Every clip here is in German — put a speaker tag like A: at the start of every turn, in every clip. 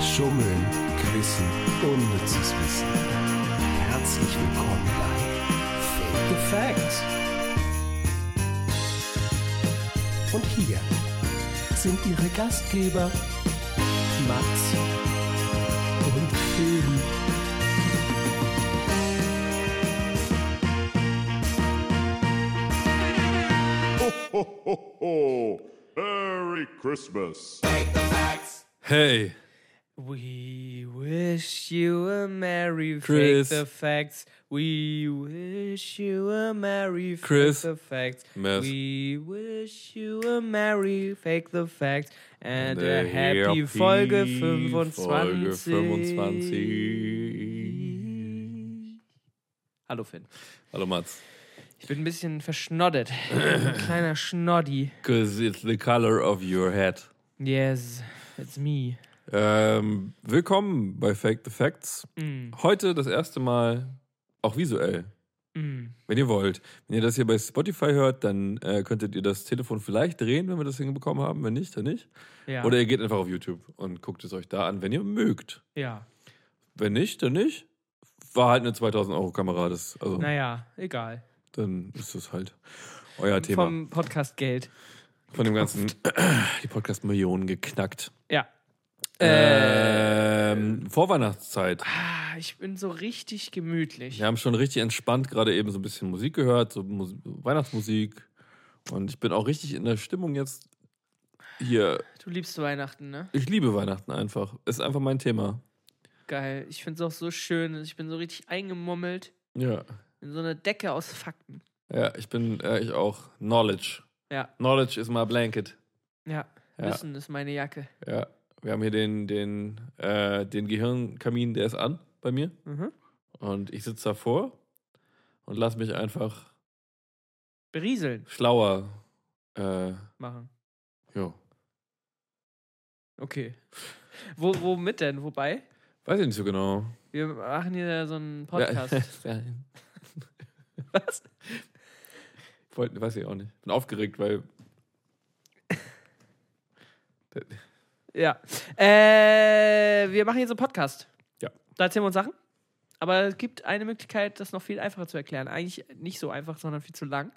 A: Schummeln, Quissen, unnützes Wissen. Herzlich willkommen bei Fake the Facts. Und hier sind Ihre Gastgeber Mats und Film.
B: Ho, ho, ho! Merry Christmas!
C: Hey,
D: We wish you a merry
C: Chris.
D: Chris. the facts. We wish you a merry fake
C: Chris.
D: the facts.
C: Mess.
D: We wish you a merry fake the facts and
C: Der
D: a happy, Folge 25.
C: Folge 25.
D: Hallo Finn.
C: Hallo Mats.
D: Ich bin ein bisschen verschnoddet. ein kleiner Schnoddy.
C: Cause it's the color of your head.
D: Yes, it's me.
C: Ähm, willkommen bei Fake the Facts.
D: Mm,
C: Heute das erste Mal auch visuell.
D: mm.
C: Wenn ihr wollt. Wenn ihr das hier bei Spotify hört, dann äh, könntet ihr das Telefon vielleicht drehen, wenn wir das hinbekommen haben. Wenn nicht, dann nicht.
D: Ja.
C: Oder ihr geht einfach auf YouTube und guckt es euch da an, wenn ihr mögt.
D: ja.
C: Wenn nicht, dann nicht. War halt eine 2000-Euro-Kamera. das- Also,
D: Naja, egal.
C: dann ist das halt euer Thema.
D: Vom Podcast Geld.
C: Von dem ganzen, die Podcast-Millionen geknackt.
D: Ja.
C: Ähm, Vorweihnachtszeit.
D: Ah, Ich bin so richtig gemütlich.
C: Wir haben schon richtig entspannt gerade eben so ein bisschen Musik gehört, so Mus Weihnachtsmusik. Und ich bin auch richtig in der Stimmung jetzt hier.
D: Du liebst Weihnachten, ne?
C: Ich liebe Weihnachten einfach. Ist einfach mein Thema.
D: Geil. Ich find's auch so schön. Ich bin so richtig eingemummelt
C: Ja.
D: in so eine Decke aus Fakten.
C: Ja, ich bin, äh, ich auch. Knowledge.
D: Ja.
C: Knowledge is my blanket.
D: Ja.
C: Ja.
D: Wissen ist meine Jacke.
C: Ja. Wir haben hier den, den, äh, den Gehirnkamin, der ist an bei mir.
D: Mhm.
C: Und ich sitze davor und lass mich einfach
D: Berieseln
C: schlauer. Äh,
D: machen.
C: ja.
D: Okay. Wo, womit denn? Wobei?
C: Weiß ich nicht so genau.
D: Wir machen hier so einen Podcast.
C: Ja, ja.
D: Was?
C: Wollt, weiß ich auch nicht. Bin aufgeregt, weil.
D: Ja. Äh, wir machen hier so einen Podcast.
C: Ja.
D: Da erzählen wir uns Sachen. Aber es gibt eine Möglichkeit, das noch viel einfacher zu erklären. Eigentlich nicht so einfach, sondern viel zu lang.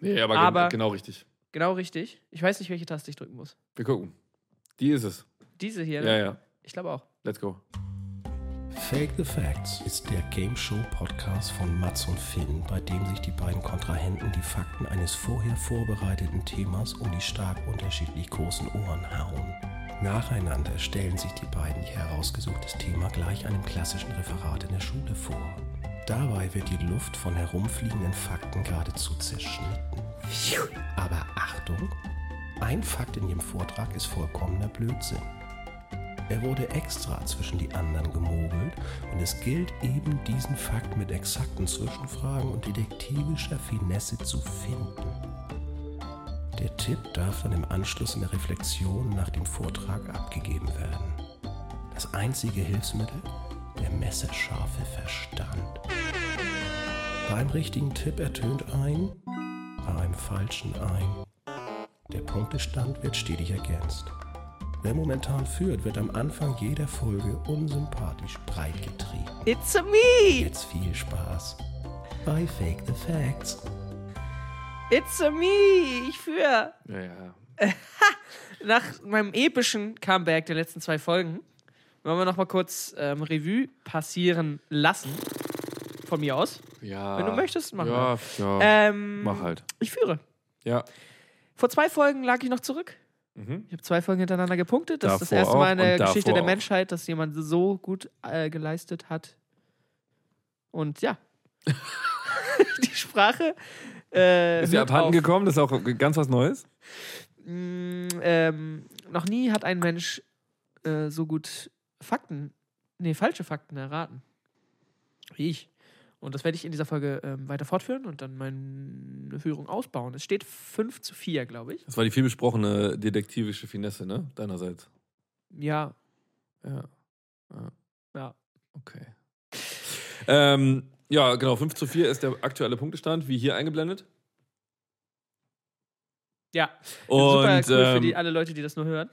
C: Nee, aber, gen-
D: Aber-
C: genau richtig.
D: Genau richtig. Ich weiß nicht, welche Taste ich drücken muss.
C: Wir gucken. Die ist es.
D: Diese hier. ne?
C: Ja, ja.
D: Ich glaube auch.
C: Let's go.
A: Fake the Facts ist der Game Show Podcast von Mats und Finn, bei dem sich die beiden Kontrahenten die Fakten eines vorher vorbereiteten Themas um die stark unterschiedlich großen Ohren hauen. Nacheinander stellen sich die beiden ihr herausgesuchtes Thema gleich einem klassischen Referat in der Schule vor. Dabei wird die Luft von herumfliegenden Fakten geradezu zerschnitten. Aber Achtung, ein Fakt in ihrem Vortrag ist vollkommener Blödsinn. Er wurde extra zwischen die anderen gemogelt und es gilt eben diesen Fakt mit exakten Zwischenfragen und detektivischer Finesse zu finden. Der Tipp darf dann im Anschluss in der Reflexion nach dem Vortrag abgegeben werden. Das einzige Hilfsmittel? Der messerscharfe Verstand. Bei einem richtigen Tipp ertönt ein, bei einem falschen ein. Der Punktestand wird stetig ergänzt. Wer momentan führt, wird am Anfang jeder Folge unsympathisch breitgetrieben.
D: It's a me!
A: Jetzt viel Spaß bei Fake the Facts.
D: It's a me! Ich führe.
C: Ja, ja.
D: Nach meinem epischen Comeback der letzten zwei Folgen wollen wir nochmal kurz ähm, Revue passieren lassen. Von mir aus.
C: ja.
D: Wenn du möchtest, mach
C: ja, Ja,
D: Ähm,
C: mach halt.
D: Ich führe.
C: Ja.
D: Vor zwei Folgen lag ich noch zurück.
C: Mhm.
D: Ich habe zwei Folgen hintereinander gepunktet. Das ist das
C: Davor
D: erste
C: auch
D: Mal in
C: und
D: der
C: davor
D: Geschichte der
C: auch.
D: Menschheit, dass jemand so gut äh, geleistet hat. Und ja. Die Sprache. Äh,
C: Ist dir
D: hört
C: abhanden
D: auf.
C: gekommen? Das ist auch ganz was Neues.
D: Mm, ähm, noch nie hat ein Mensch äh, so gut Fakten, nee, falsche Fakten erraten. Wie ich. Und das werde ich in dieser Folge ähm, weiter fortführen und dann meine Führung ausbauen. Es steht 5 zu 4, glaube ich.
C: Das war die vielbesprochene detektivische Finesse, ne? Deinerseits.
D: Ja,
C: Ja. Ja.
D: Ja.
C: Okay. Ähm, ja, genau. 5 zu 4 ist der aktuelle Punktestand, wie hier eingeblendet.
D: ja.
C: Und
D: Super cool für
C: ähm,
D: die, alle Leute, die das nur hören.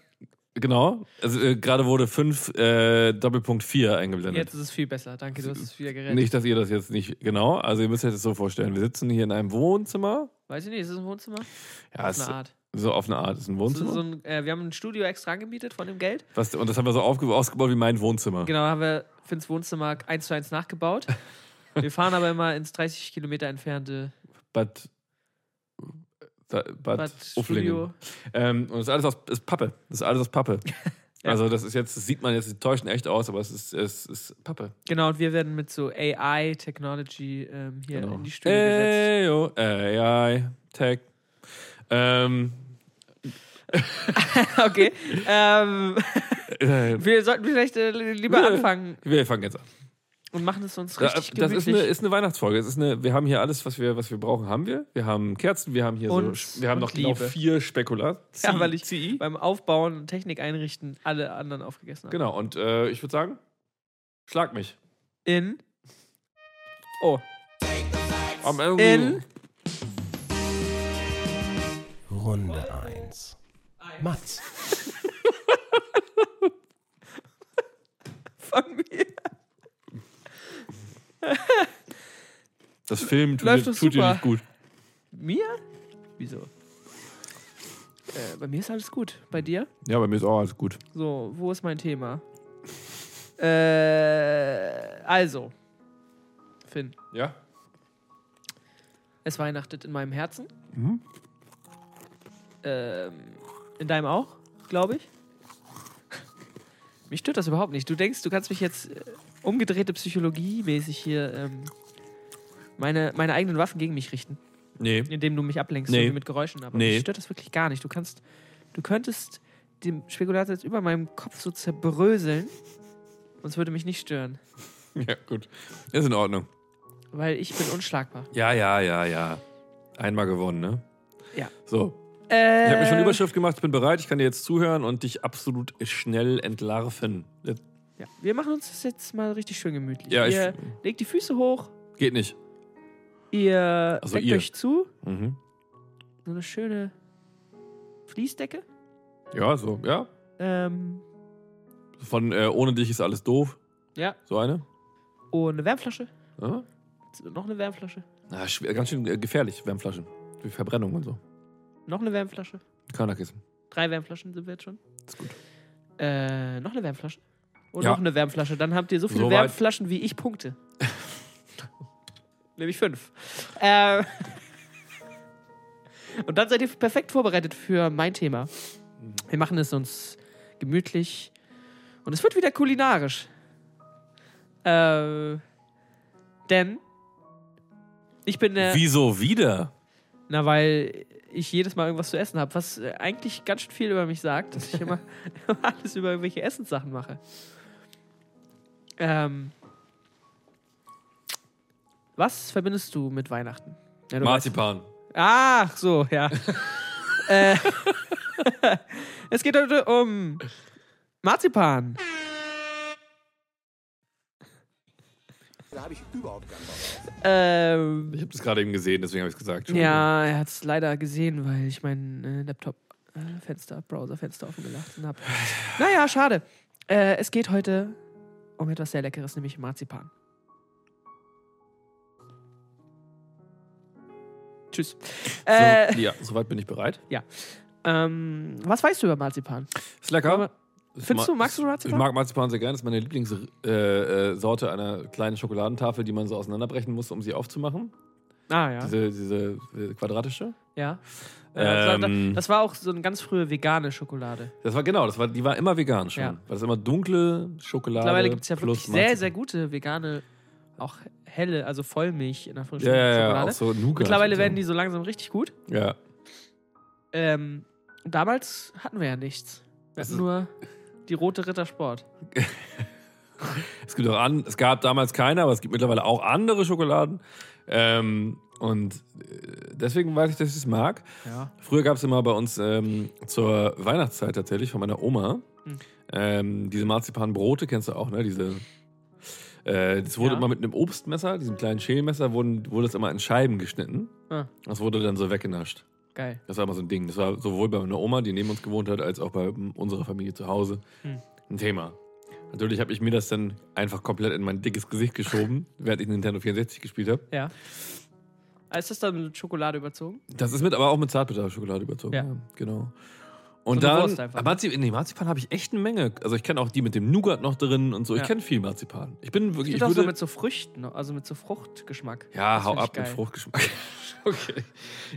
C: Genau. Also, äh, gerade wurde 5 äh, Doppelpunkt 4 eingeblendet.
D: Jetzt ist es viel besser. Danke, du hast es wieder gerettet.
C: Nicht, dass ihr das jetzt nicht genau, also ihr müsst euch das so vorstellen. Wir sitzen hier in einem Wohnzimmer.
D: Weiß ich nicht, ist es ein Wohnzimmer?
C: Ja,
D: Auf
C: es,
D: eine Art.
C: so auf eine Art ist ein
D: So,
C: Wohnzimmer.
D: so ein, äh, wir haben ein Studio extra angemietet von dem Geld.
C: Was, und das haben wir so aufge ausgebaut wie mein Wohnzimmer.
D: Genau, haben wir Finns Wohnzimmer eins zu eins nachgebaut. Wir fahren aber immer ins 30 Kilometer entfernte
C: Bad, äh, Bad, Bad,
D: Bad
C: Uflingen.
D: Studio.
C: Ähm, und das ist alles aus ist Pappe. Das ist alles aus Pappe. Also das ist jetzt, das sieht man jetzt, die täuschen echt aus, aber es ist, es ist Pappe.
D: Genau, und wir werden mit so AI-Technology ähm, hier
C: Genau.
D: in die Studie gesetzt.
C: Ey, oh, AI, Tech. Ähm,
D: Okay. ähm,
C: äh,
D: wir sollten vielleicht äh, lieber
C: Nö.
D: anfangen
C: wir fangen jetzt an.
D: und machen es uns richtig
C: äh, das ist
D: gemütlich.
C: eine, ist eine Weihnachtsfolge. Es ist eine, wir haben hier alles, was wir, was wir brauchen, haben wir. Wir haben Kerzen, wir haben hier
D: Und-
C: so, wir haben
D: und
C: noch genau
D: Liebe.
C: vier Spekulat.
D: Ja, weil ich
C: CI.
D: beim Aufbauen und Technik einrichten alle anderen aufgegessen haben.
C: Genau, und äh, ich würde sagen, schlag mich. Genau.
D: In. Oh.
C: Am
D: In.
A: Runde 1. Mats.
D: Von mir.
C: Das Film tut,
D: Läuft
C: dir,
D: doch
C: tut dir
D: super.
C: nicht gut.
D: Mir? Wieso? Äh, bei mir ist alles gut. Bei dir?
C: Ja, bei mir ist auch alles gut.
D: So, wo ist mein Thema? Äh, also, Finn,
C: Ja?
D: es weihnachtet in meinem Herzen. Ähm, in deinem auch, glaube ich. Mich stört das überhaupt nicht. Du denkst, du kannst mich jetzt äh, umgedrehte Psychologie-mäßig hier ähm, meine, meine eigenen Waffen gegen mich richten,
C: Nee.
D: indem du mich ablenkst
C: Nee.
D: so wie mit Geräuschen. Aber
C: Nee.
D: mich stört das wirklich gar nicht. Du kannst, du könntest den Spekulat jetzt über meinem Kopf so zerbröseln und es würde mich nicht stören.
C: Ja, gut. Ist in Ordnung.
D: Weil ich bin unschlagbar.
C: Ja, ja, ja, ja. Einmal gewonnen, ne?
D: Ja.
C: So,
D: Äh,
C: ich habe mir schon Überschrift gemacht, ich bin bereit, ich kann dir jetzt zuhören und dich absolut schnell entlarven. Das
D: Ja, wir machen uns das jetzt mal richtig schön gemütlich.
C: Ja, ich-
D: ihr legt die Füße hoch,
C: geht nicht.
D: ihr
C: Also
D: deckt
C: ihr.
D: euch zu.
C: Mhm.
D: So eine schöne Fließdecke.
C: Ja, so, ja.
D: Ähm,
C: Von äh, ohne dich ist alles doof.
D: Ja.
C: So eine.
D: und eine Wärmflasche.
C: Ja?
D: Noch eine Wärmflasche.
C: Na, schwer, ganz schön äh, gefährlich, Wärmflaschen. Wie Verbrennung und so.
D: Noch eine Wärmflasche.
C: Körnerkissen.
D: Drei Wärmflaschen sind wir jetzt schon.
C: Ist gut.
D: Äh, noch eine Wärmflasche. Und
C: Ja.
D: noch eine Wärmflasche. Dann habt ihr so viele
C: Soweit.
D: Wärmflaschen wie ich Punkte. Nämlich fünf. Äh, und dann seid ihr perfekt vorbereitet für mein Thema.
C: Mhm.
D: Wir machen es uns gemütlich. Und es wird wieder kulinarisch. Äh, denn ich bin. Äh,
C: Wieso wieder?
D: na, weil ich jedes Mal irgendwas zu essen habe, was äh, eigentlich ganz schön viel über mich sagt, dass ich immer alles über irgendwelche Essenssachen mache. Ähm, was verbindest du mit Weihnachten? Ja, du
C: Marzipan.
D: weißt- Ach so, ja. äh, es geht heute um Marzipan. Ähm,
C: Ich habe das gerade eben gesehen, deswegen habe ich es gesagt.
D: Ja, er hat es leider gesehen, weil ich mein äh, Laptop-Fenster, Browserfenster offen gelassen habe. Naja, schade. Äh, es geht heute um etwas sehr Leckeres, nämlich Marzipan. Tschüss. Äh,
C: So, ja, soweit bin ich bereit.
D: ähm, was weißt du über Marzipan?
C: Ist lecker.
D: Aber
C: Ist
D: findest
C: ma-
D: du- magst du Marzipan?
C: Ich mag Marzipan sehr gerne. Das ist meine Lieblingssorte äh, äh, Sorte einer kleinen Schokoladentafel, die man so auseinanderbrechen muss, um sie aufzumachen.
D: Ah, ja.
C: Diese, diese äh, quadratische.
D: ja. Äh, das, war,
C: Ähm, das,
D: das war auch so eine ganz frühe vegane Schokolade.
C: war genau, das war, die war immer vegan schon.
D: Ja.
C: Weil das immer dunkle Schokolade.
D: Mittlerweile gibt es ja wirklich
C: plus
D: sehr,
C: Marzipan.
D: sehr gute vegane, auch helle, also Vollmilch in der frischen
C: ja, ja, ja,
D: Schokolade.
C: auch so Nougat.
D: Mittlerweile
C: und so.
D: werden die so langsam richtig gut.
C: Ja,
D: Ähm, damals hatten wir ja nichts. Wir
C: Das
D: hatten
C: ist-
D: nur die rote Rittersport.
C: es, gibt auch an, es gab damals keine, aber es gibt mittlerweile auch andere Schokoladen. Ähm, und äh, deswegen weiß ich, dass ich es mag.
D: Ja.
C: Früher gab es immer bei uns ähm, zur Weihnachtszeit tatsächlich von meiner Oma
D: Hm.
C: ähm, diese Marzipanbrote, kennst du auch, ne? Diese. Äh, das wurde
D: Ja.
C: immer mit einem Obstmesser, diesem kleinen Schälmesser, wurden, wurde es immer in Scheiben geschnitten.
D: Ah.
C: Das wurde dann so weggenascht.
D: Geil.
C: Das war immer so ein Ding. Das war sowohl bei meiner Oma, die neben uns gewohnt hat, als auch bei m, unserer Familie zu Hause
D: Hm.
C: ein Thema. Natürlich habe ich mir das dann einfach komplett in mein dickes Gesicht geschoben, während ich Nintendo 64 gespielt habe.
D: Ja. Ah, Ist das dann mit Schokolade überzogen?
C: Das ist mit aber auch mit Zartbitterschokolade überzogen.
D: Ja.
C: Ja. genau. Und
D: So eine
C: dann,
D: Wurst einfach.
C: aber Marzi, nee, Marzipan habe ich echt eine Menge. Also ich kenne auch die mit dem Nougat noch drin und so. Ich
D: Ja.
C: kenne viel Marzipan. Ich bin
D: Ich
C: wirklich, ich
D: finde auch so
C: würde,
D: mit so Früchten, also mit so Fruchtgeschmack.
C: ja,
D: Das
C: hau
D: find ich
C: ab mit
D: geil.
C: Fruchtgeschmack. okay.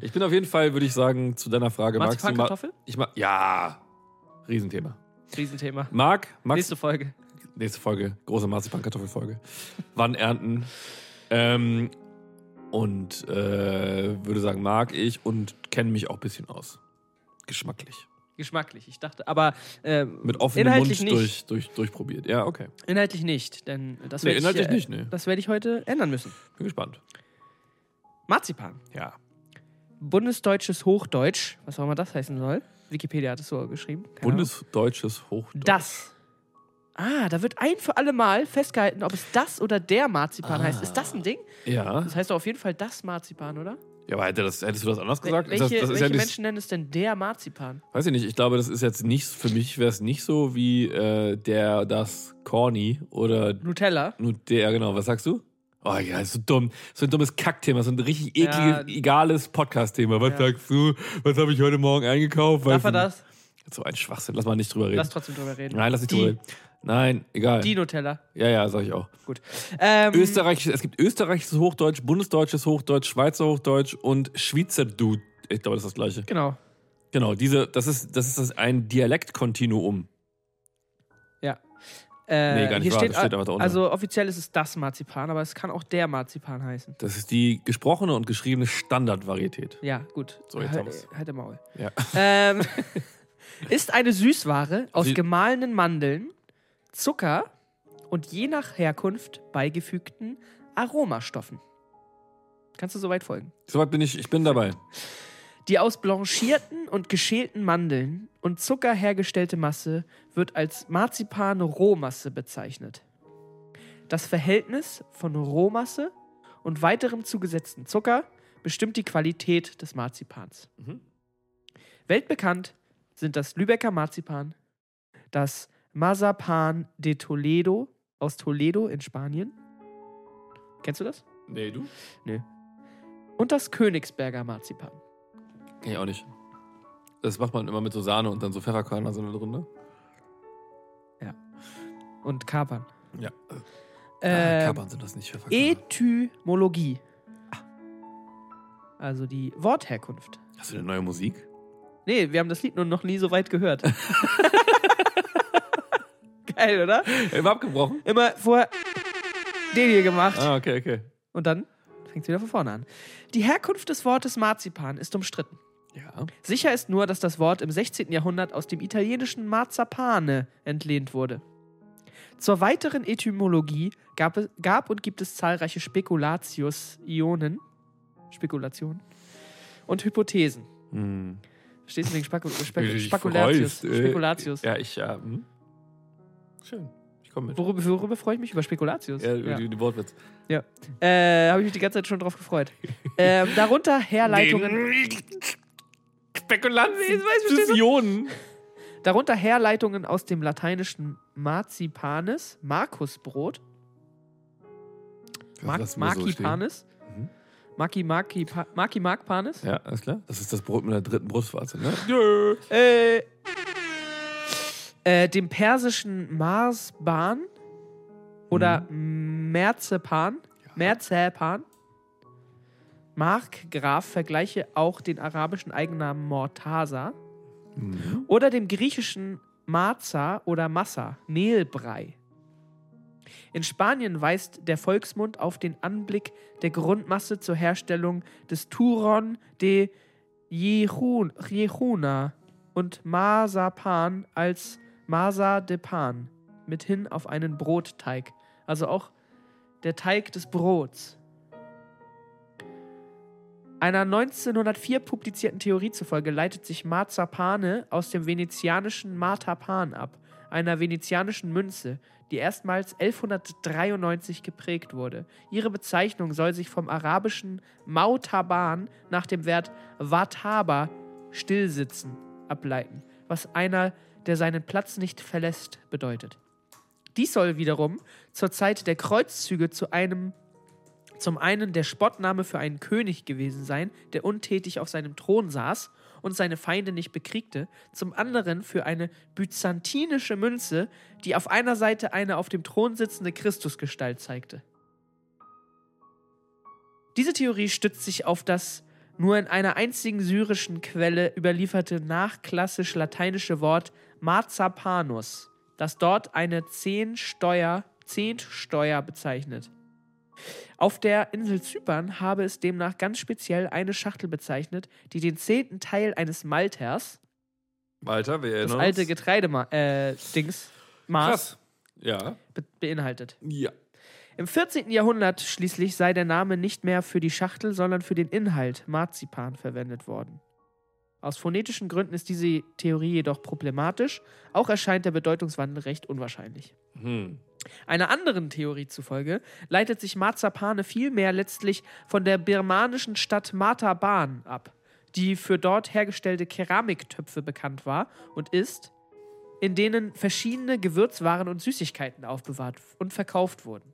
C: Ich bin auf jeden Fall, würde ich sagen, zu deiner Frage, magst du Ma
D: Marzipankartoffel?
C: ich mag, ja, Riesenthema.
D: Riesenthema.
C: Marc, magst
D: Nächste Folge.
C: Nächste Folge, große Marzipankartoffelfolge. Wann ernten? Ähm, und äh, würde sagen, mag ich und kenne mich auch ein bisschen aus. Geschmacklich.
D: Geschmacklich. Ich dachte, aber ähm,
C: Mit offenem Mund
D: Inhaltlich
C: durch,
D: nicht.
C: durch, durchprobiert. Ja, okay.
D: inhaltlich nicht, denn das
C: Nee,
D: werde
C: inhaltlich
D: ich, äh,
C: nicht, nee.
D: Das werde ich heute ändern müssen.
C: Bin gespannt.
D: Marzipan.
C: Ja.
D: Bundesdeutsches Hochdeutsch, was auch immer das heißen soll. Wikipedia hat es so geschrieben. Keine Ahnung.
C: Bundesdeutsches Hochdeutsch.
D: Das. Ah, da wird ein für alle Mal festgehalten, ob es das oder der Marzipan
C: Ah.
D: heißt. Ist das ein Ding?
C: Ja.
D: Das heißt doch auf jeden Fall das Marzipan, oder?
C: Ja, aber hätte das, hättest du das anders gesagt?
D: welche
C: das, das
D: welche
C: nicht-
D: Menschen nennen es denn der Marzipan?
C: Weiß ich nicht. Ich glaube, das ist jetzt nicht, für mich wäre es nicht so wie äh, der, das Corny oder
D: Nutella?
C: Nur der, genau. Was sagst du? Oh ja, ist so dumm. So ein dummes Kackthema, so ein richtig ekliges,
D: Ja.
C: egales Podcast-Thema. Was
D: Ja.
C: sagst du? Was habe ich heute Morgen eingekauft? Weiß
D: Darf er
C: ich
D: das?
C: nicht. So ein Schwachsinn. Lass mal nicht drüber reden.
D: Lass trotzdem drüber reden.
C: Nein, lass nicht
D: Die-
C: drüber reden. Nein, egal.
D: Die Nutella.
C: Ja, ja, sag ich auch.
D: Gut. Ähm,
C: Österreich, es gibt österreichisches Hochdeutsch, bundesdeutsches Hochdeutsch, Schweizer Hochdeutsch und Schweizerdeutsch. Ich glaube, das ist das Gleiche.
D: Genau.
C: Genau, diese, das ist, das ist das ein Dialektkontinuum.
D: Äh,
C: Nee, gar nicht
D: hier
C: wahr,
D: steht,
C: das steht einfach da unten.
D: Also offiziell ist es das Marzipan, aber es kann auch der Marzipan heißen.
C: Das ist die gesprochene und geschriebene Standardvarietät.
D: Ja, gut.
C: So, jetzt haben wir's.
D: halt, halt im Maul.
C: Ja.
D: Ähm, ist eine Süßware aus
C: Sie-
D: gemahlenen Mandeln, Zucker und je nach Herkunft beigefügten Aromastoffen. Kannst du soweit folgen?
C: Soweit bin ich, ich bin dabei.
D: Die aus blanchierten und geschälten Mandeln und Zucker hergestellte Masse wird als Marzipan-Rohmasse bezeichnet. Das Verhältnis von Rohmasse und weiterem zugesetzten Zucker bestimmt die Qualität des Marzipans.
C: Mhm.
D: Weltbekannt sind das Lübecker Marzipan, das Mazapan de Toledo aus Toledo in Spanien. Kennst du das?
C: Nee, du?
D: Und das Königsberger Marzipan.
C: Kenn ich auch nicht. Das macht man immer mit so Sahne und dann so Pfefferkörner sind da drin, ne?
D: Und Kapern.
C: Ja. Ah,
D: Ähm,
C: Kapern sind das nicht
D: E-
C: Pfefferkörner.
D: Etymologie.
C: Ah.
D: Also die Wortherkunft.
C: Hast du eine neue Musik?
D: Nee, wir haben das Lied nur noch nie so weit gehört. Geil, oder?
C: Ey, war abgebrochen?
D: Immer vorher den hier gemacht.
C: Ah, okay, okay.
D: Und dann fängt es wieder von vorne an. Die Herkunft des Wortes Marzipan ist umstritten.
C: Ja.
D: Sicher ist nur, dass das Wort im 16. Jahrhundert aus dem italienischen Marzapane entlehnt wurde. Zur weiteren Etymologie gab, es, gab und gibt es zahlreiche Spekulatius-Ionen, Spekulationen und Hypothesen.
C: Hm.
D: Verstehst du wegen Spekul
C: Wie
D: Spek
C: du dich
D: Spekulatius?
C: freust, äh,
D: Spekulatius.
C: Ja, ich, ja. Hm. Schön. Ich komme mit.
D: Worüber, worüber freue ich mich? Über Spekulatius.
C: Ja, ja. Die, die Wortwitz.
D: Äh, Habe ich mich die ganze Zeit schon drauf gefreut. ähm, darunter Herleitungen.
C: Spekulanten.
D: Ich weiß, verstehst du?
C: Visionen.
D: Darunter Herleitungen aus dem lateinischen Marzipanes, Markusbrot, Mark Markipanes,
C: Mhm.
D: Maki Maki Pa- Maki Markpanes.
C: Ja, alles klar. Das ist das Brot mit der dritten Brustwarze, ne? Nö.
D: Äh, äh, dem persischen Marsban oder Merzepan, Merzepan. Markgraf vergleiche auch den arabischen Eigennamen Mortasa
C: Mhm.
D: oder dem griechischen Marza oder Massa, Mehlbrei. In Spanien weist der Volksmund auf den Anblick der Grundmasse zur Herstellung des Turon de Jejun- Jejuna und Masapan als Masa de Pan mithin auf einen Brotteig. Also auch der Teig des Brots. Einer 1904 publizierten Theorie zufolge leitet sich Marzapane aus dem venezianischen Martapan ab, einer venezianischen Münze, die erstmals 1193 geprägt wurde. Ihre Bezeichnung soll sich vom arabischen Mautaban nach dem Wert Wataba stillsitzen ableiten, was einer, der seinen Platz nicht verlässt, bedeutet. Dies soll wiederum zur Zeit der Kreuzzüge zu einem zum einen der Spottname für einen König gewesen sein, der untätig auf seinem Thron saß und seine Feinde nicht bekriegte, zum anderen für eine byzantinische Münze, die auf einer Seite eine auf dem Thron sitzende Christusgestalt zeigte. Diese Theorie stützt sich auf das nur in einer einzigen syrischen Quelle überlieferte nachklassisch-lateinische Wort Marzapanus, das dort eine Zehnsteuer, Zehntsteuer bezeichnet. Auf der Insel Zypern habe es demnach ganz speziell eine Schachtel bezeichnet, die den zehnten Teil eines Malters,
C: Walter, wir
D: das
C: erinnern
D: alte
C: uns.
D: Getreidedings, äh, Dings, Maß,
C: Krass. Ja.
D: be beinhaltet.
C: Ja.
D: Im 14. Jahrhundert schließlich sei der Name nicht mehr für die Schachtel, sondern für den Inhalt Marzipan verwendet worden. Aus phonetischen Gründen ist diese Theorie jedoch problematisch, auch erscheint der Bedeutungswandel recht unwahrscheinlich.
C: Hm.
D: Einer anderen Theorie zufolge leitet sich Marzapane vielmehr letztlich von der birmanischen Stadt Mataban ab, die für dort hergestellte Keramiktöpfe bekannt war und ist, in denen verschiedene Gewürzwaren und Süßigkeiten aufbewahrt und verkauft wurden.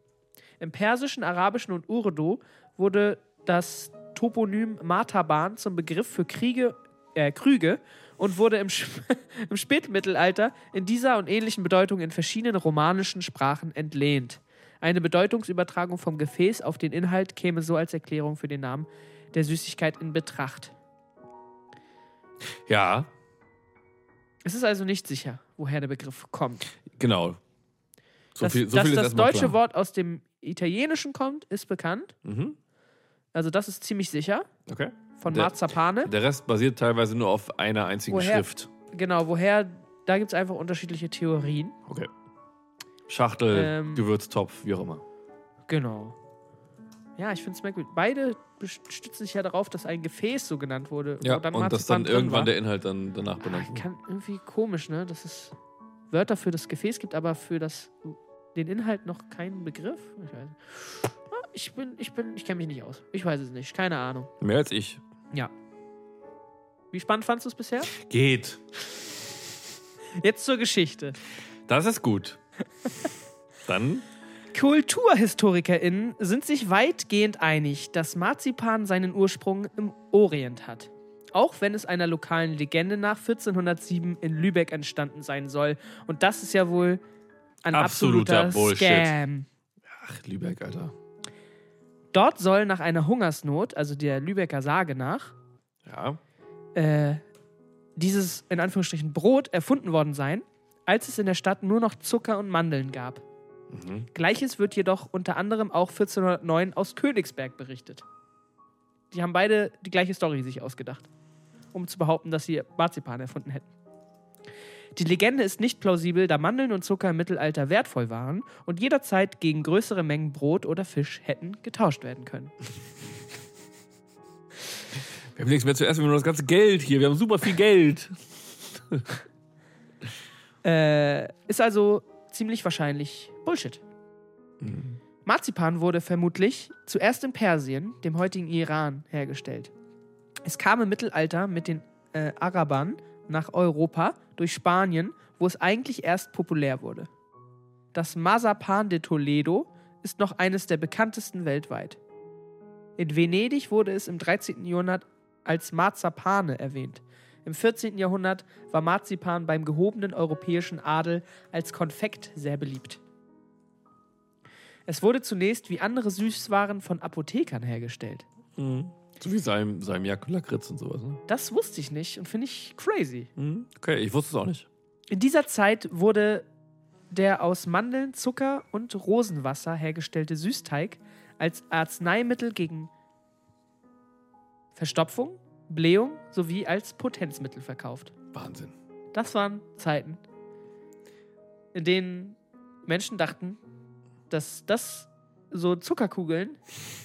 D: Im Persischen, Arabischen und Urdu wurde das Toponym Mataban zum Begriff für Kriege, äh, Krüge und wurde im, Sch- im Spätmittelalter in dieser und ähnlichen Bedeutung in verschiedenen romanischen Sprachen entlehnt. Eine Bedeutungsübertragung vom Gefäß auf den Inhalt käme so als Erklärung für den Namen der Süßigkeit in Betracht.
C: Ja,
D: Es ist also nicht sicher, woher der Begriff kommt.
C: genau. So
D: dass
C: viel, so
D: dass
C: viel ist
D: das
C: erstmal
D: deutsche
C: klar.
D: Wort aus dem Italienischen kommt, ist bekannt.
C: Mhm.
D: Also das ist ziemlich sicher.
C: Okay.
D: Von
C: Der-
D: Marzapane.
C: Der Rest basiert teilweise nur auf einer einzigen
D: Woher?
C: Schrift.
D: Genau, woher, da gibt es einfach unterschiedliche Theorien.
C: Okay. Schachtel,
D: Ähm.
C: Gewürztopf, wie auch immer.
D: Genau. Ja, ich finde es merkwürdig. Beide best- stützen sich ja darauf, dass ein Gefäß so genannt wurde.
C: Ja,
D: wo dann
C: und dass dann
D: Marzipan drin
C: irgendwann
D: war.
C: der Inhalt dann danach benannt
D: Ah,
C: wird.
D: kann irgendwie komisch, ne? Dass es Wörter für das Gefäß gibt, aber für das, den Inhalt noch keinen Begriff. Ich weiß. Ah, Ich bin, ich bin, ich kenne mich nicht aus. Ich weiß es nicht. Keine Ahnung.
C: Mehr als ich.
D: Ja. Wie spannend fandst du es bisher?
C: Geht.
D: Jetzt zur Geschichte.
C: Das ist gut. Dann
D: KulturhistorikerInnen sind sich weitgehend einig, dass Marzipan seinen Ursprung im Orient hat. Auch wenn es einer lokalen Legende nach 1407 in Lübeck entstanden sein soll. Und das ist ja wohl ein
C: Absoluter
D: absoluter,
C: Bullshit.
D: Scam.
C: Ach, Lübeck, Alter.
D: Dort soll nach einer Hungersnot, also der Lübecker Sage nach,
C: Ja.
D: äh, dieses in Anführungsstrichen Brot erfunden worden sein, als es in der Stadt nur noch Zucker und Mandeln gab.
C: Mhm.
D: Gleiches wird jedoch unter anderem auch 1409 aus Königsberg berichtet. Die haben beide die gleiche Story sich ausgedacht, um zu behaupten, dass sie Marzipan erfunden hätten. Die Legende ist nicht plausibel, da Mandeln und Zucker im Mittelalter wertvoll waren und jederzeit gegen größere Mengen Brot oder Fisch hätten getauscht werden können.
C: Wir haben nichts mehr zu essen, wir haben nur das ganze Geld hier. Wir haben super viel Geld.
D: Äh, ist also ziemlich wahrscheinlich Bullshit.
C: Mhm.
D: Marzipan wurde vermutlich zuerst in Persien, dem heutigen Iran, hergestellt. Es kam im Mittelalter mit den äh, Arabern nach Europa durch Spanien, wo es eigentlich erst populär wurde. Das Mazapan de Toledo ist noch eines der bekanntesten weltweit. In Venedig wurde es im 13. Jahrhundert als Marzapane erwähnt. Im 14. Jahrhundert war Marzipan beim gehobenen europäischen Adel als Konfekt sehr beliebt. Es wurde zunächst wie andere Süßwaren von Apothekern hergestellt.
C: Mhm. So wie Salm, Salmiak, Lakritz und sowas. Ne?
D: Das wusste ich nicht und finde ich crazy.
C: Mhm. Okay, ich wusste es auch nicht.
D: In dieser Zeit wurde der aus Mandeln, Zucker und Rosenwasser hergestellte Süßteig als Arzneimittel gegen Verstopfung, Blähung sowie als Potenzmittel verkauft.
C: Wahnsinn.
D: Das waren Zeiten, in denen Menschen dachten, dass das so Zuckerkugeln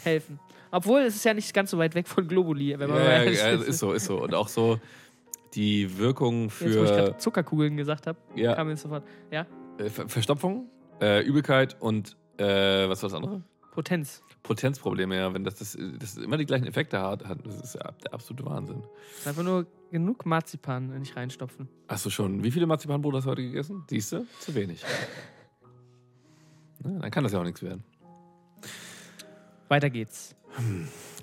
D: helfen. Obwohl es ist ja nicht ganz so weit weg von Globuli, wenn man
C: ja,
D: mal
C: ja, ja, ist so, ist so. Und auch so die Wirkung
D: Jetzt, wo ich gerade
C: für
D: Zuckerkugeln gesagt habe,
C: ja,
D: kam mir sofort. Ja,
C: äh, Ver- Verstopfung, äh, Übelkeit und äh, was war das andere?
D: Potenz.
C: Potenzprobleme, ja, wenn das, das, das immer die gleichen Effekte hat, hat das ist ja der absolute Wahnsinn.
D: Einfach nur genug Marzipan nicht reinstopfen.
C: Hast du schon, wie viele Marzipanbrote hast du heute gegessen? Siehst du? Zu wenig. Na, dann kann das ja auch nichts werden.
D: Weiter geht's.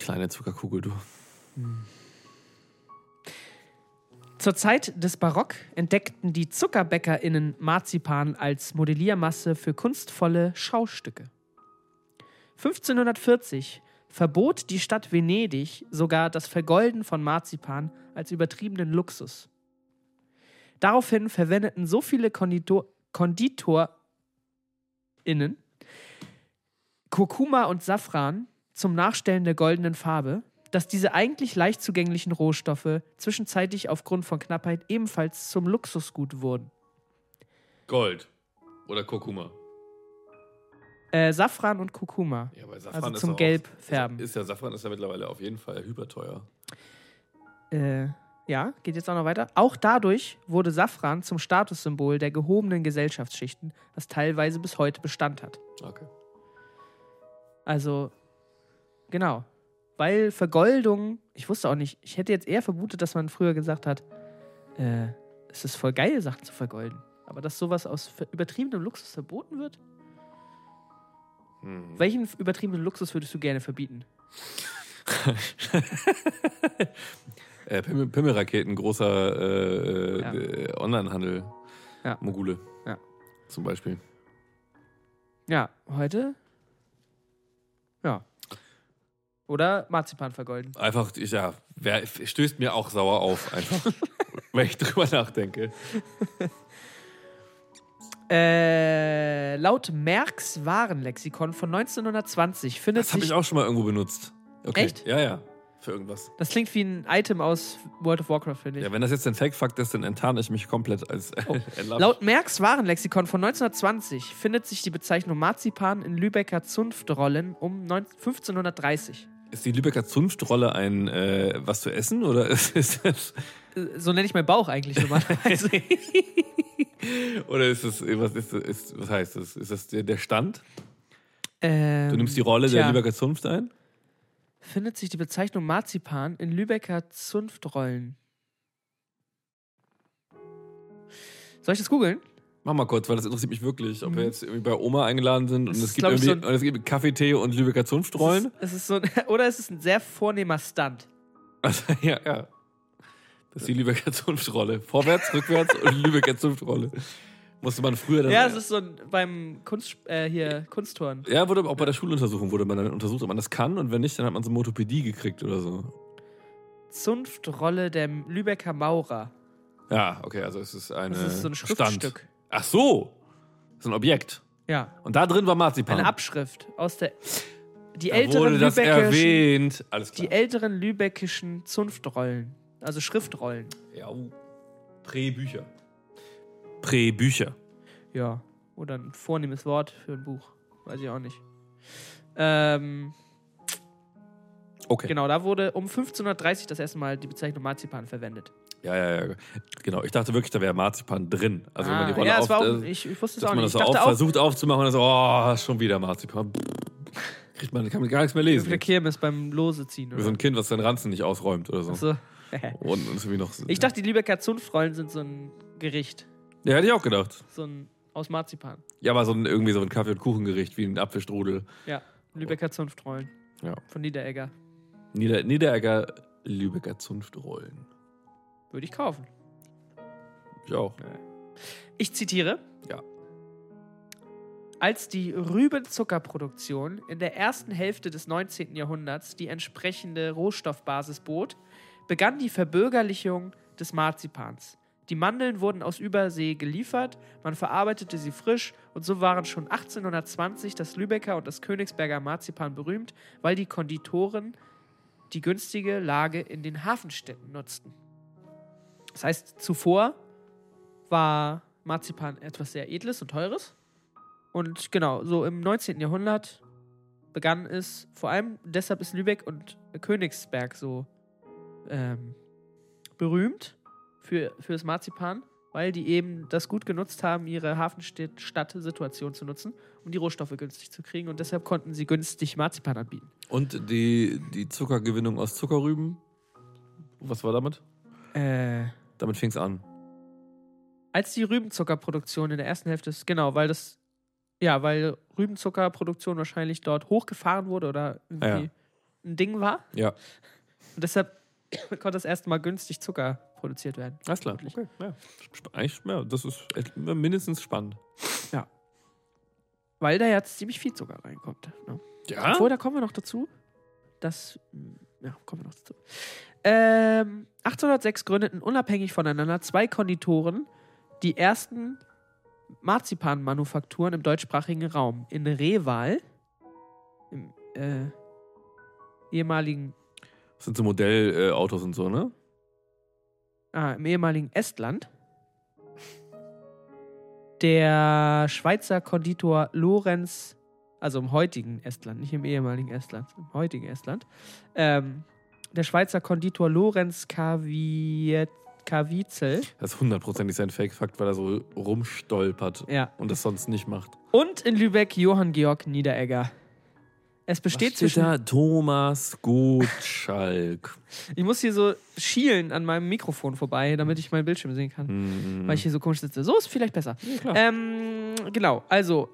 C: Kleine Zuckerkugel, du.
D: Zur Zeit des Barock entdeckten die ZuckerbäckerInnen Marzipan als Modelliermasse für kunstvolle Schaustücke. 1540 verbot die Stadt Venedig sogar das Vergolden von Marzipan als übertriebenen Luxus. Daraufhin verwendeten so viele Konditor KonditorInnen Kurkuma und Safran zum Nachstellen der goldenen Farbe, dass diese eigentlich leicht zugänglichen Rohstoffe zwischenzeitlich aufgrund von Knappheit ebenfalls zum Luxusgut wurden.
C: Gold. Oder Kurkuma.
D: Äh, Safran und Kurkuma.
C: Ja, bei
D: Also zum Gelb färben.
C: Ist ja Safran ist ja mittlerweile auf jeden Fall hyperteuer.
D: Äh, ja, geht jetzt auch noch weiter. Auch dadurch wurde Safran zum Statussymbol der gehobenen Gesellschaftsschichten, was teilweise bis heute Bestand hat.
C: Okay.
D: Also, genau. Weil Vergoldung, ich wusste auch nicht, ich hätte jetzt eher vermutet, dass man früher gesagt hat, äh, es ist voll geil, Sachen zu vergolden. Aber dass sowas aus ver- übertriebenem Luxus verboten wird?
C: Hm.
D: Welchen f- übertriebenen Luxus würdest du gerne verbieten?
C: Äh, Pimmel- Pimmelraketen, großer äh,
D: Ja.
C: äh, Onlinehandel.
D: Ja.
C: Mogule.
D: Ja.
C: Zum Beispiel.
D: Ja, heute? Ja. Oder Marzipan vergolden.
C: Einfach, ich- ja, wer, stößt mir auch sauer auf, einfach. wenn ich drüber nachdenke.
D: Äh, laut Mercks Warenlexikon von 1920 findet
C: Das habe
D: sich.
C: ich auch schon mal irgendwo benutzt. Okay.
D: Echt?
C: Ja, ja. Für irgendwas.
D: das klingt wie ein Item aus World of Warcraft, finde ich.
C: Ja, wenn das jetzt ein Fake-Fakt ist, dann enttarne ich mich komplett als äh,
D: Oh.
C: entlarvt.
D: Laut Mercks Warenlexikon von 1920 findet sich die Bezeichnung Marzipan in Lübecker Zunftrollen um 19- 1530.
C: Ist die Lübecker Zunftrolle ein äh, was zu essen oder ist, ist das,
D: Äh, So nenne ich meinen Bauch eigentlich normalerweise.
C: oder ist das was ist, das- ist was heißt das? Ist das der, der Stand?
D: ähm,
C: Du nimmst die Rolle
D: tja.
C: der Lübecker Zunft ein?
D: Findet sich die Bezeichnung Marzipan in Lübecker Zunftrollen? Soll ich das googeln?
C: Mach mal kurz, weil das interessiert mich wirklich, ob wir jetzt irgendwie bei Oma eingeladen sind und
D: Mhm. Das
C: es
D: ist,
C: gibt
D: glaub ich,
C: irgendwie
D: so
C: und es gibt Kaffee, Tee und Lübecker Zunftrollen.
D: Es ist, es ist so ein, oder es ist ein sehr vornehmer Stunt.
C: Also, ja, ja. Das ist die Lübecker Zunftrolle. Vorwärts, rückwärts und Lübecker Zunftrolle. Musste man früher dann
D: Ja, es ist so ein, beim Kunst, äh, hier, Kunstturn.
C: Ja, wurde auch bei der Schuluntersuchung wurde man dann untersucht, ob man das kann und wenn nicht, dann hat man so Motopädie gekriegt oder so.
D: Zunftrolle der Lübecker Maurer.
C: Ja, okay, also es ist eine
D: Das ist so ein Schriftstück.
C: Stand. Ach so, das ist ein Objekt.
D: Ja,
C: Und da drin war Marzipan.
D: eine Abschrift aus der die
C: Ah. da
D: älteren
C: wurde das
D: lübeckischen,
C: erwähnt. Alles
D: die
C: klar.
D: älteren lübeckischen Zunftrollen, also Schriftrollen.
C: Ja, uh. Präbücher. Präbücher.
D: Ja, oder ein vornehmes Wort für ein Buch, weiß ich auch nicht. Ähm,
C: Okay.
D: genau, da wurde um 1530 das erste Mal die Bezeichnung Marzipan verwendet.
C: Ja, ja, ja. Genau. Ich dachte wirklich, da wäre Marzipan drin. Also wenn man die
D: Ah,
C: Rolle
D: ja,
C: auf,
D: es war auch,
C: äh,
D: ich, ich wusste es
C: dass
D: auch
C: man
D: nicht.
C: das
D: ich
C: auf,
D: dachte auch,
C: versucht aufzumachen und so, oh, schon wieder Marzipan. Kriegt man, kann man gar nichts mehr
D: auf der
C: lesen.
D: Kirmes beim Lose ziehen.
C: Wie so
D: Oder?
C: ein Kind, was seinen Ranzen nicht ausräumt oder so.
D: So.
C: Und, und irgendwie noch.
D: ich dachte, die Lübecker Zunftrollen sind so ein Gericht,
C: Ja, hätte ich auch gedacht.
D: so ein aus Marzipan.
C: Ja, aber so ein, irgendwie so ein Kaffee- und Kuchengericht wie ein Apfelstrudel.
D: Ja, Lübecker Zunftrollen
C: Ja.
D: von Niederegger.
C: Nieder Niederegger, Lübecker Zunftrollen.
D: Würde ich kaufen.
C: Ich auch.
D: Ich zitiere.
C: Ja.
D: Als die Rübenzuckerproduktion in der ersten Hälfte des 19. Jahrhunderts die entsprechende Rohstoffbasis bot, begann die Verbürgerlichung des Marzipans. Die Mandeln wurden aus Übersee geliefert, man verarbeitete sie frisch und so waren schon 1820 das Lübecker und das Königsberger Marzipan berühmt, weil die Konditoren die günstige Lage in den Hafenstädten nutzten. Das heißt, zuvor war Marzipan etwas sehr Edles und Teures. Und genau, so im 19. Jahrhundert begann es, vor allem deshalb ist Lübeck und Königsberg so ähm, berühmt, für, für das Marzipan, weil die eben das gut genutzt haben, ihre Hafenstadt-Situation zu nutzen, um die Rohstoffe günstig zu kriegen. Und deshalb konnten sie günstig Marzipan anbieten.
C: Und die, die Zuckergewinnung aus Zuckerrüben. Was war damit?
D: Äh.
C: Damit fing es an.
D: Als die Rübenzuckerproduktion in der ersten Hälfte ist, genau, weil das, ja, weil Rübenzuckerproduktion wahrscheinlich dort hochgefahren wurde oder irgendwie ein Ding war.
C: Ja.
D: Und deshalb konnte das erste Mal günstig Zucker produziert werden.
C: Alles klar. Okay. Ja. Sp- Eigentlich, ja, das ist echt mindestens spannend.
D: Weil da jetzt ziemlich viel Zucker reinkommt. Ne?
C: Ja?
D: Obwohl, da kommen wir noch dazu. Das, mh, ja, kommen wir noch dazu. Ähm, 1806 gründeten unabhängig voneinander zwei Konditoren die ersten Marzipanmanufakturen im deutschsprachigen Raum. In Rewal, im äh, ehemaligen,
C: Das sind so Modellautos und so, ne?
D: ah, im ehemaligen Estland. Der Schweizer Konditor Lorenz, also im heutigen Estland, nicht im ehemaligen Estland, im heutigen Estland, ähm, der Schweizer Konditor Lorenz Kaviet, Kavitzel.
C: Das ist hundertprozentig sein Fake-Fakt, weil er so rumstolpert
D: Ja.
C: und das sonst nicht macht.
D: Und in Lübeck Johann Georg Niederegger. Es
C: Was
D: besteht zwischen.
C: da? Thomas Gottschalk.
D: Ich muss hier so schielen an meinem Mikrofon vorbei, damit ich meinen Bildschirm sehen kann.
C: Mhm.
D: Weil ich hier so komisch sitze. So ist vielleicht besser.
C: klar.
D: Ähm, genau, also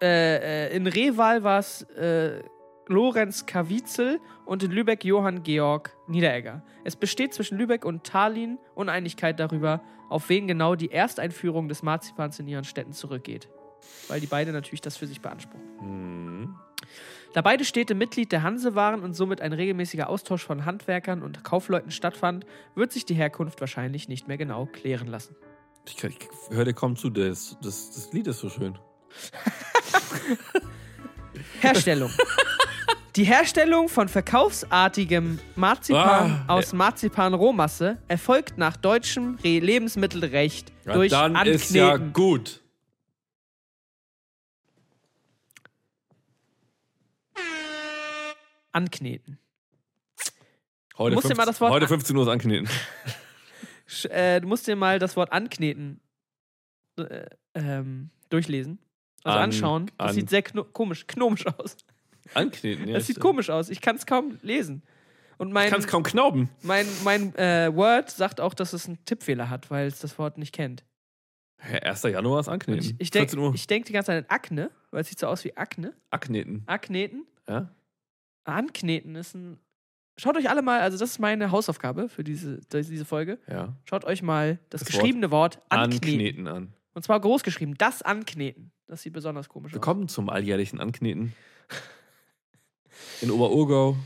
D: äh, äh, in Rewal war es äh, Lorenz Kavitzel und in Lübeck Johann Georg Niederegger. Es besteht zwischen Lübeck und Tallinn Uneinigkeit darüber, auf wen genau die Ersteinführung des Marzipans in ihren Städten zurückgeht. Weil die beide natürlich das für sich beanspruchen.
C: Mhm.
D: Da beide Städte Mitglied der Hanse waren und somit ein regelmäßiger Austausch von Handwerkern und Kaufleuten stattfand, wird sich die Herkunft wahrscheinlich nicht mehr genau klären lassen.
C: Ich, kann- ich höre dir kaum zu, das, das, das Lied ist so schön.
D: Herstellung. Die Herstellung von verkaufsartigem Marzipan
C: Ah,
D: aus Marzipan-Rohmasse erfolgt nach deutschem Re Lebensmittelrecht
C: Ja,
D: durch
C: dann
D: Ankneten.
C: ist ja gut.
D: Ankneten.
C: Heute,
D: Musst dir mal das Wort
C: heute
D: an-
C: 15 Uhr ist ankneten.
D: Sch- Äh, du musst dir mal das Wort ankneten äh, ähm, durchlesen. Also
C: An-
D: anschauen. Das
C: an-
D: sieht sehr kno komisch, gnomisch aus.
C: Ankneten, ja.
D: Das sieht komisch aus. Ich kann es kaum lesen. Und mein,
C: Ich kann es kaum knauben.
D: mein, mein äh, Word sagt auch, dass es einen Tippfehler hat, weil es das Wort nicht kennt.
C: Hä, 1. Januar ist ankneten.
D: Ich, ich
C: 14 Uhr.
D: denke denk die ganze Zeit an Akne, weil es sieht so aus wie Akne.
C: Ankneten.
D: Akneten.
C: Ja?
D: Ankneten ist ein. Schaut euch alle mal, also das ist meine Hausaufgabe für diese, diese Folge.
C: Ja.
D: Schaut euch mal das,
C: Das
D: geschriebene Wort, ankneten.
C: Ankneten an.
D: Und zwar groß geschrieben, das ankneten. Das sieht besonders komisch aus.
C: Willkommen zum alljährlichen Ankneten. In Oberurgau.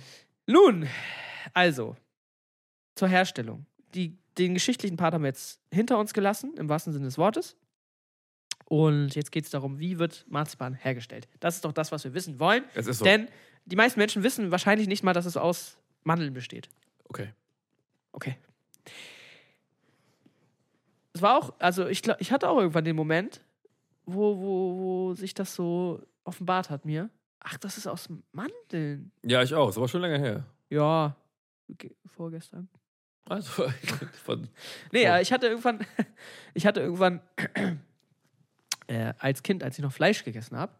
D: Nun, also, zur Herstellung. Die, den geschichtlichen Part haben wir jetzt hinter uns gelassen, im wahrsten Sinne des Wortes. Und jetzt geht es darum, wie wird Marzipan hergestellt? Das ist doch das, was wir wissen wollen.
C: Es ist so.
D: Denn die meisten Menschen wissen wahrscheinlich nicht mal, dass es aus Mandeln besteht.
C: okay.
D: Okay. Es war auch, also ich glaube, ich hatte auch irgendwann den Moment, wo, wo, wo sich das so offenbart hat mir. Ach, das ist aus Mandeln.
C: Ja, ich auch. Ist aber schon lange her.
D: Ja, ge- vorgestern.
C: Also, von,
D: Nee,
C: Oh.
D: äh, ich hatte irgendwann, ich hatte irgendwann äh, als Kind, als ich noch Fleisch gegessen habe,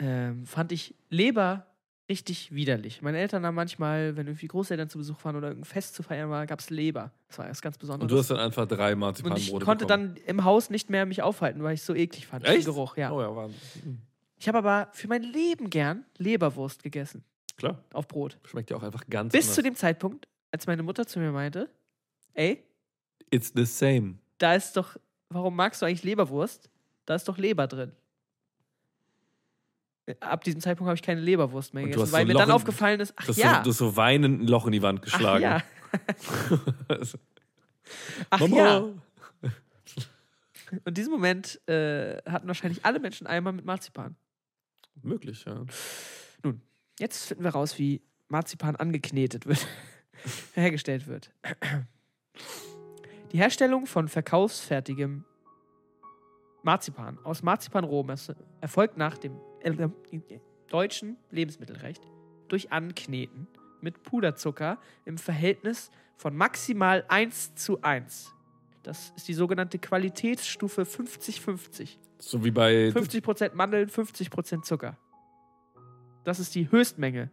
D: ähm, fand ich Leber richtig widerlich. Meine Eltern haben manchmal, wenn irgendwie Großeltern zu Besuch waren oder irgendein Fest zu feiern war, gab es Leber. Das war was ganz
C: und
D: Besonderes.
C: du hast dann einfach drei
D: Und ich
C: Marzipanbrote
D: konnte
C: bekommen.
D: dann im Haus nicht mehr mich aufhalten, weil ich es so eklig fand. Den
C: Echt?
D: Geruch, ja.
C: Oh ja, Wahnsinn.
D: Ich habe aber für mein Leben gern Leberwurst gegessen
C: Klar.
D: auf Brot.
C: Schmeckt ja auch einfach ganz
D: Bis zu
C: anders.
D: dem Zeitpunkt, als meine Mutter zu mir meinte, ey,
C: It's the same.
D: da ist doch, warum magst du eigentlich Leberwurst? Da ist doch Leber drin. Äh, Ab diesem Zeitpunkt habe ich keine Leberwurst mehr
C: Und du
D: gegessen,
C: hast
D: weil
C: so
D: mir
C: Loch
D: dann
C: in-
D: aufgefallen ist, ach
C: Du hast,
D: ja,
C: so, du hast so weinend ein Loch in die Wand
D: ach
C: geschlagen. Also,
D: ja, ach
C: Mama.
D: ja. Und diesen Moment äh, hatten wahrscheinlich alle Menschen einmal mit Marzipan.
C: Möglich, ja.
D: Jetzt finden wir raus, wie Marzipan angeknetet wird, hergestellt wird. Die Herstellung von verkaufsfertigem Marzipan aus Marzipanrohmasse erfolgt nach dem äh, äh, deutschen Lebensmittelrecht durch Ankneten mit Puderzucker im Verhältnis von maximal 1 zu 1. Das ist die sogenannte Qualitätsstufe 50-50.
C: So wie bei.
D: 50% Mandeln, 50% Zucker. Das ist die Höchstmenge.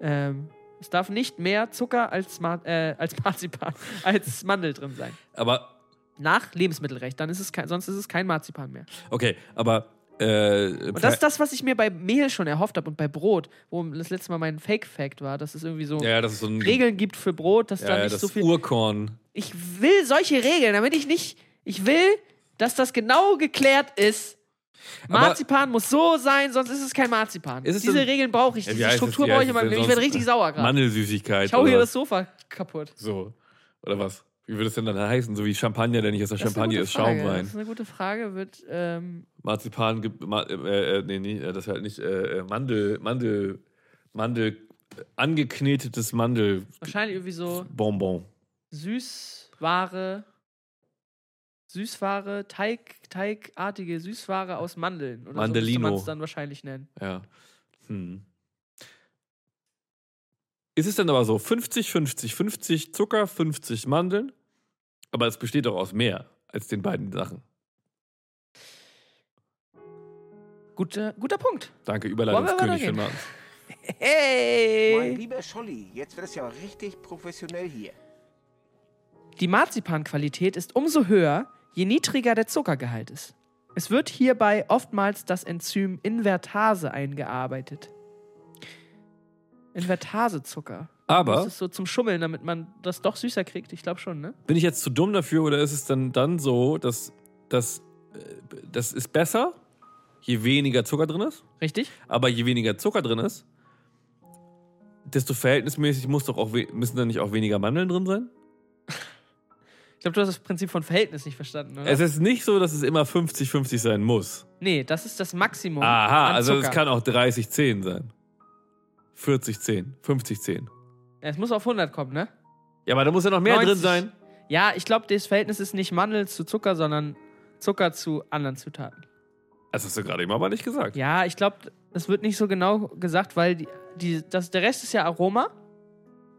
D: Ähm, es darf nicht mehr Zucker als, Ma äh, als Marzipan, als Mandel drin sein.
C: Aber
D: Nach Lebensmittelrecht, dann ist es kein, sonst ist es kein Marzipan mehr.
C: Okay, aber. Äh,
D: Und das ist das, was ich mir bei Mehl schon erhofft habe und bei Brot, wo das letzte Mal mein Fake-Fact war, dass es irgendwie so
C: ja, ja, das ist so ein.
D: Regeln gibt für Brot, dass
C: ja,
D: da
C: ja,
D: nicht
C: das
D: so viel.
C: Urkorn.
D: ich will solche Regeln, damit ich nicht. Ich will, dass das genau geklärt ist.
C: Aber-
D: Marzipan muss so sein, sonst ist es kein Marzipan.
C: Ist es
D: Diese
C: denn-
D: Regeln brauche ich,
C: Ja, wie
D: diese
C: heißt es-
D: Struktur
C: wie
D: brauche
C: heißt
D: ich
C: es
D: in
C: denn
D: meinem Leben. Ich werde
C: sonst?
D: richtig sauer gerade.
C: Mandelsüßigkeit.
D: Ich hau hier
C: oder
D: das Sofa kaputt.
C: So. Oder was? Wie würde es denn dann heißen? So wie Champagner, der nicht aus der
D: Das
C: Champagner
D: eine
C: ist,
D: gute Frage.
C: Schaumwein.
D: Das ist eine gute Frage. Wird, ähm,
C: Marzipan gibt. Ma äh, äh, nee, nee, das ist halt nicht. Äh, äh, Mandel. Mandel. Mandel. äh, Angeknetetes Mandelbonbon.
D: wahrscheinlich irgendwie so Süßware. Süßware, Teig, teigartige Süßware aus Mandeln. Oder So
C: Mandelino.
D: müsste man es dann wahrscheinlich nennen.
C: Ja. Hm. Ist es denn aber so 50, 50, 50 Zucker, 50 Mandeln? Aber es besteht doch aus mehr als den beiden Sachen.
D: Guter, guter Punkt.
C: Danke,
D: Wollen wir
C: Überleitungskönig
D: weitergehen?
C: von Martens.
E: Mein
D: Hey!
E: lieber Scholli, jetzt wird es ja richtig professionell hier.
D: Die Marzipanqualität ist umso höher, je niedriger der Zuckergehalt ist. Es wird hierbei oftmals das Enzym Invertase eingearbeitet. Invertasezucker. Das
C: Aber
D: ist so zum Schummeln, damit man das doch süßer kriegt. Ich glaube schon, ne?
C: bin ich jetzt zu dumm dafür oder ist es dann, dann so, dass, dass äh, das ist besser, je weniger Zucker drin ist?
D: Richtig?
C: Aber je weniger Zucker drin ist, desto verhältnismäßig muss doch auch we- müssen dann nicht auch weniger Mandeln drin sein?
D: Ich glaube, du hast das Prinzip von Verhältnis nicht verstanden, oder?
C: Es ist nicht so, dass es immer 50-50 sein muss.
D: nee, das ist das Maximum.
C: Aha,
D: an
C: also es
D: Zucker.
C: kann auch 30, 10 sein. 40, 10, 50, 10.
D: Es muss auf 100 kommen, ne?
C: Ja, aber da muss ja noch mehr
D: 90.
C: drin sein.
D: Ja, ich glaube, das Verhältnis ist nicht Mandel zu Zucker, sondern Zucker zu anderen Zutaten.
C: Das hast du gerade eben aber nicht gesagt.
D: Ja, ich glaube, das wird nicht so genau gesagt, weil die, die, das, der Rest ist ja Aroma.
C: Hat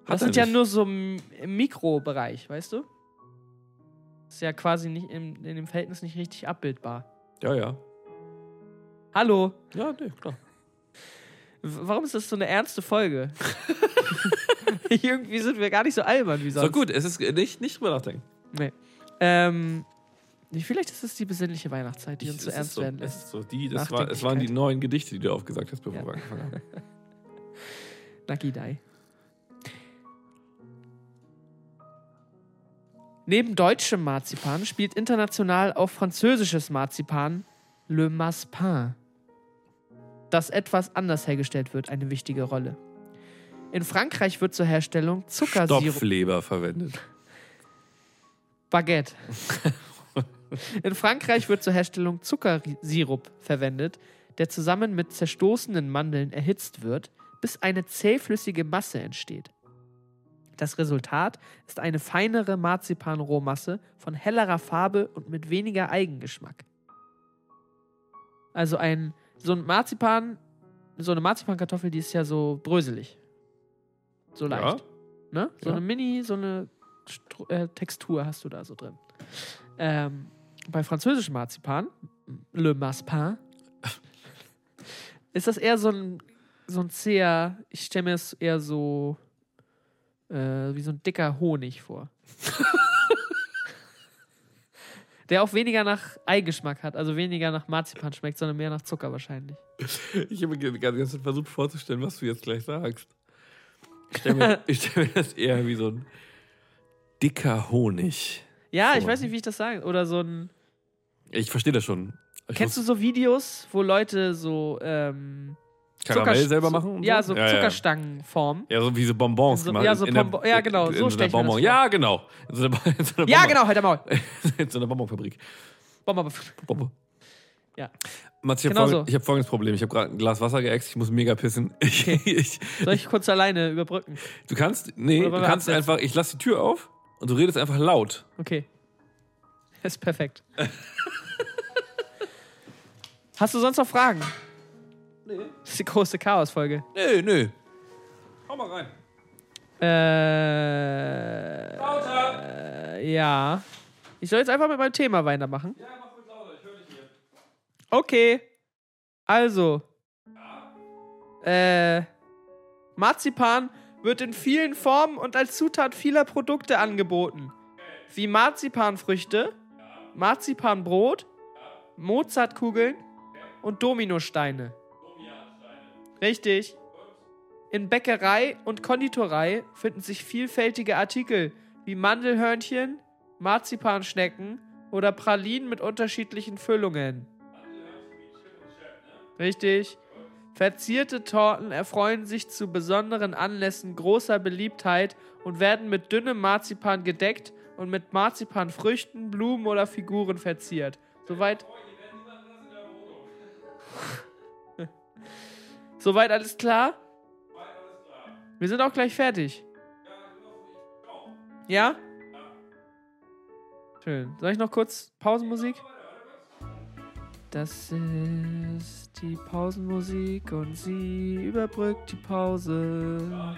D: Das
C: er
D: sind ja
C: nicht.
D: nur so im im Mikrobereich, weißt du? Ist ja quasi nicht im, in dem Verhältnis nicht richtig abbildbar.
C: Ja, ja.
D: Hallo,
C: Ja, nee, klar.
D: w- warum ist das so eine ernste Folge? Irgendwie sind wir gar nicht so albern wie sonst.
C: So gut, es ist nicht, nicht drüber nachdenken.
D: Nee. Ähm, vielleicht ist es die besinnliche Weihnachtszeit, die uns so
C: es ist
D: ernst
C: so,
D: werden
C: es
D: lässt.
C: ist so die, das war, Es waren die
D: Nachdenklichkeit.
C: neuen Gedichte, die du aufgesagt hast, bevor
D: Ja.
C: wir angefangen haben.
D: Lucky Die. Neben deutschem Marzipan spielt international auch französisches Marzipan Le Maspin, das etwas anders hergestellt wird, eine wichtige Rolle. In Frankreich wird zur Herstellung Zuckersirup
C: Stopfleber verwendet.
D: Baguette. In Frankreich wird zur Herstellung Zuckersirup verwendet, der zusammen mit zerstoßenen Mandeln erhitzt wird, bis eine zähflüssige Masse entsteht. Das Resultat ist eine feinere Marzipanrohmasse von hellerer Farbe und mit weniger Eigengeschmack. Also ein so ein Marzipan, so eine Marzipankartoffel, die ist ja so bröselig. So leicht. Ne? So
C: Ja.
D: eine Mini, so eine Stru äh, Textur hast du da so drin. Ähm, bei französischem Marzipan, Le Maspin, ist das eher so ein, so ein zäher, ich stelle mir es eher so äh, wie so ein dicker Honig vor. Der auch weniger nach Eigeschmack hat, also weniger nach Marzipan schmeckt, sondern mehr nach Zucker wahrscheinlich.
C: Ich habe mir die ganze Zeit versucht vorzustellen, was du jetzt gleich sagst. Ich stelle mir, ich stell mir das eher wie so ein dicker Honig.
D: Ja, ich
C: So.
D: weiß nicht, wie ich das sage. Oder so ein.
C: Ich verstehe das schon. Ich
D: Kennst du
C: muss
D: so Videos, wo Leute so ähm,
C: Karamell
D: Zucker-
C: selber
D: Zu-
C: machen? und
D: Ja, so
C: ja, ja.
D: Zuckerstangen formen.
C: Ja, so wie so Bonbons
D: So-
C: gemacht.
D: ja, so
C: der-
D: Bonbon- ja, genau,
C: In
D: so
C: so
D: stell
C: einer
D: ich mir das vor.
C: Bonbon. Ja, genau. In so einer, in so einer
D: Ja,
C: Bonbon-
D: genau, halt am Maul.
C: In so einer Bonbonfabrik.
D: Bombe, aber-
C: Bonbon.
D: Ja.
C: Mats, ich habe
D: Genau
C: folgen,
D: so.
C: ich hab folgendes Problem. Ich habe gerade ein Glas Wasser geäxt, ich muss mega pissen. Ich, ich,
D: Soll ich kurz alleine überbrücken?
C: du kannst, nee,
D: Oder
C: du
D: wollen wir
C: kannst
D: absetzen?
C: einfach, ich lasse die Tür auf und du redest einfach laut.
D: Okay. Ist perfekt. Hast du sonst noch Fragen? Nee. Das ist die große Chaos-Folge.
C: Nö, nö. Hau mal rein.
D: Äh, Ja. Ich soll jetzt einfach mit meinem Thema weitermachen. Ja, mach ruhig lauter, ich höre dich hier. Okay. Also. Äh. Marzipan wird in vielen Formen und als Zutat vieler Produkte angeboten. Wie Marzipanfrüchte, Marzipanbrot, Mozartkugeln und Dominosteine. Richtig. In Bäckerei und Konditorei finden sich vielfältige Artikel wie Mandelhörnchen, Marzipanschnecken oder Pralinen mit unterschiedlichen Füllungen. Richtig. Verzierte Torten erfreuen sich zu besonderen Anlässen großer Beliebtheit und werden mit dünnem Marzipan gedeckt und mit Marzipanfrüchten, Blumen oder Figuren verziert. Soweit. Soweit alles klar? Wir sind auch gleich fertig. Ja? Schön. Soll ich noch kurz Pausenmusik? Das ist die Pausenmusik und sie überbrückt die Pause.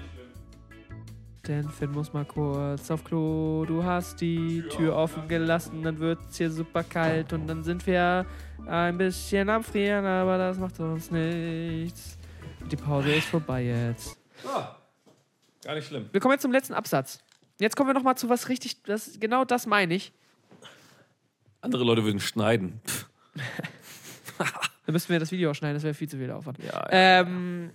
D: Denn Finn muss mal kurz auf Klo. Du hast die Tür offen gelassen, dann wird's hier super kalt und dann sind wir ein bisschen am Frieren, aber das macht uns nichts. Die Pause ist vorbei jetzt.
C: Gar nicht schlimm.
D: Wir kommen jetzt zum letzten Absatz. Jetzt kommen wir nochmal zu was richtig. Das, genau das meine ich.
C: Andere Leute würden schneiden.
D: Dann müssten wir das Video auch schneiden, das wäre viel zu viel Aufwand.
C: Ja,
D: ähm,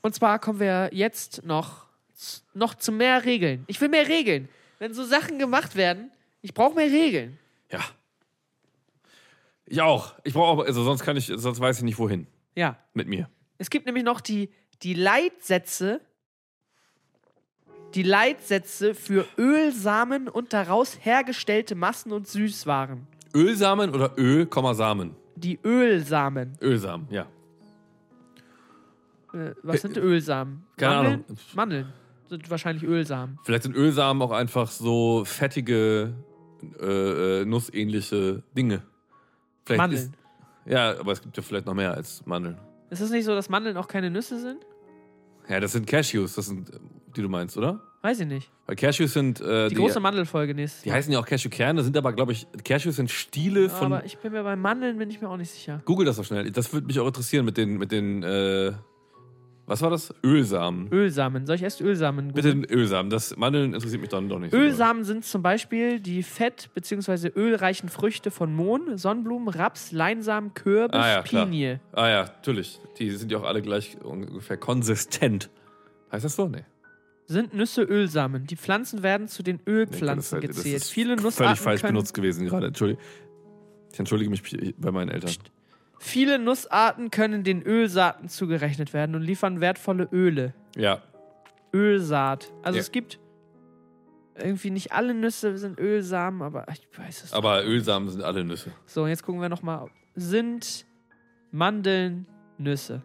D: und zwar kommen wir jetzt noch, z- noch zu mehr Regeln. Ich will mehr Regeln. Wenn so Sachen gemacht werden, ich brauche mehr Regeln.
C: Ja. Ich auch. Ich brauche auch, also sonst kann ich, sonst weiß ich nicht wohin
D: Ja.
C: mit mir.
D: Es gibt nämlich noch die, die Leitsätze. Die Leitsätze für Ölsamen und daraus hergestellte Massen und Süßwaren.
C: Ölsamen oder Ö, Komma, Samen?
D: Die Ölsamen.
C: Ölsamen, ja.
D: Äh, was sind Ölsamen?
C: Keine
D: Mandeln?
C: Ahnung.
D: Mandeln sind wahrscheinlich Ölsamen.
C: Vielleicht sind Ölsamen auch einfach so fettige, äh, äh, nussähnliche Dinge. Vielleicht
D: Mandeln.
C: Ist, ja, aber es gibt ja vielleicht noch mehr als Mandeln.
D: Ist es nicht so, dass Mandeln auch keine Nüsse sind?
C: Ja, das sind Cashews, das sind, äh, die du meinst, oder?
D: Weiß ich nicht.
C: Weil Cashews sind. Äh,
D: Die, große Mandelfolge nächstes
C: Die heißen ja auch Cashewkerne, sind aber, glaube ich, Cashews sind Stiele
D: Mal.
C: von.
D: Aber ich bin mir bei Mandeln bin ich mir auch nicht sicher.
C: Google das doch schnell. Das würde mich auch interessieren mit den, mit den, äh, was war das? Ölsamen.
D: Ölsamen. Soll ich erst Ölsamen
C: Bitte
D: googeln?
C: den Ölsamen. Das Mandeln interessiert mich dann doch nicht. so doll.
D: Ölsamen sind zum Beispiel die fett- bzw. ölreichen Früchte von Mohn, Sonnenblumen, Raps, Leinsamen, Kürbis,
C: Ah ja, klar.
D: Pinie.
C: Ah ja, natürlich. Die sind ja auch alle gleich ungefähr konsistent. Heißt das so? Nee.
D: Sind Nüsse Ölsamen. Die Pflanzen werden zu den
C: Nee,
D: Ölpflanzen
C: das- das
D: gezählt.
C: ist
D: Viele Nussarten
C: Völlig falsch
D: können
C: benutzt gewesen gerade. Entschuldige. Ich entschuldige mich bei meinen Eltern.
D: Psst. Viele Nussarten können den Ölsaaten zugerechnet werden und liefern wertvolle Öle.
C: Ja.
D: Ölsaat. Also
C: Ja.
D: es gibt irgendwie nicht alle Nüsse sind Ölsamen, aber ich weiß es
C: Aber Ölsamen sind alle Nüsse.
D: nicht. So, und jetzt gucken wir nochmal. Sind Mandeln Nüsse?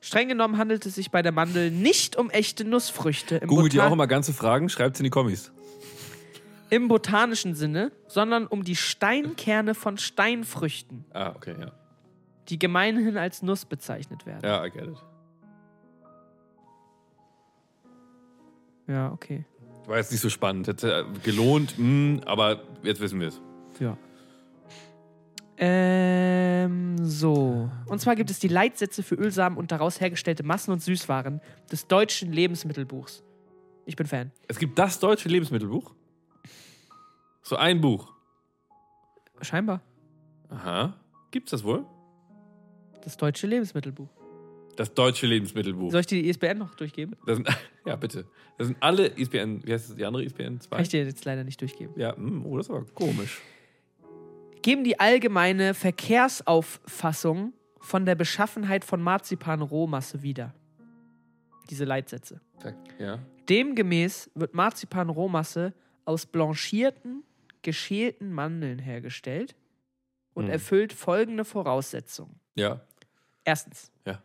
D: Streng genommen handelt es sich bei der Mandel nicht um echte Nussfrüchte im,
C: Googelt ihr
D: Botan-
C: auch immer ganze Fragen? Schreibt sie in die Kommis.
D: im botanischen Sinne, sondern um die Steinkerne von Steinfrüchten,
C: Ah, okay, ja.
D: die gemeinhin als Nuss bezeichnet werden.
C: Ja, I get it.
D: ja okay.
C: War jetzt nicht so spannend. Hätte äh, gelohnt, mh, aber jetzt wissen wir es.
D: Ja. Ähm, so. Und zwar gibt es die Leitsätze für Ölsamen und daraus hergestellte Massen und Süßwaren des deutschen Lebensmittelbuchs. Ich bin Fan.
C: Es gibt das deutsche Lebensmittelbuch. So ein Buch.
D: Scheinbar.
C: Aha. Gibt's das wohl?
D: Das deutsche Lebensmittelbuch.
C: Das deutsche Lebensmittelbuch.
D: Soll ich die E ISBN noch durchgeben?
C: Das sind, ja, bitte. Das sind alle E ISBN. Wie heißt das, die andere E ISBN?
D: Kann
C: Zwei?
D: ich dir jetzt leider nicht durchgeben.
C: Ja, mh, oh, das ist aber komisch.
D: Geben die allgemeine Verkehrsauffassung von der Beschaffenheit von Marzipan-Rohmasse wieder. Diese Leitsätze.
C: Ja.
D: Demgemäß wird Marzipan-Rohmasse aus blanchierten, geschälten Mandeln hergestellt und
C: Hm.
D: erfüllt folgende Voraussetzungen.
C: Ja.
D: Erstens,
C: Ja.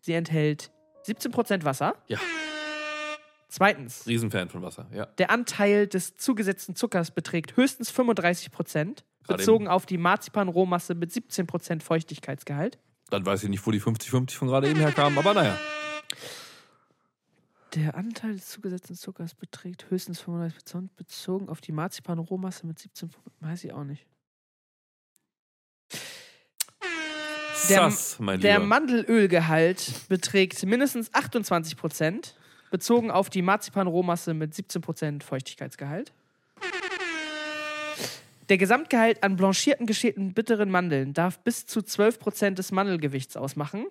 D: sie enthält 17% Wasser.
C: Ja.
D: Zweitens,
C: Riesenfan von Wasser. Ja.
D: der Anteil des zugesetzten Zuckers beträgt höchstens 35%,
C: Gerade
D: bezogen
C: eben.
D: auf die Marzipan-Rohmasse mit 17% Feuchtigkeitsgehalt.
C: Dann weiß ich nicht, wo die 50-50 von gerade eben herkamen, aber naja.
D: Der Anteil des zugesetzten Zuckers beträgt höchstens 35% bezogen auf die Marzipan-Rohmasse mit 17%. Weiß ich auch nicht. Der-
C: Sass, mein
D: Der
C: Lieber.
D: Mandelölgehalt beträgt mindestens 28%, bezogen auf die Marzipan-Rohmasse mit 17% Feuchtigkeitsgehalt. Der Gesamtgehalt an blanchierten, geschälten, bitteren Mandeln darf bis zu 12% des Mandelgewichts ausmachen.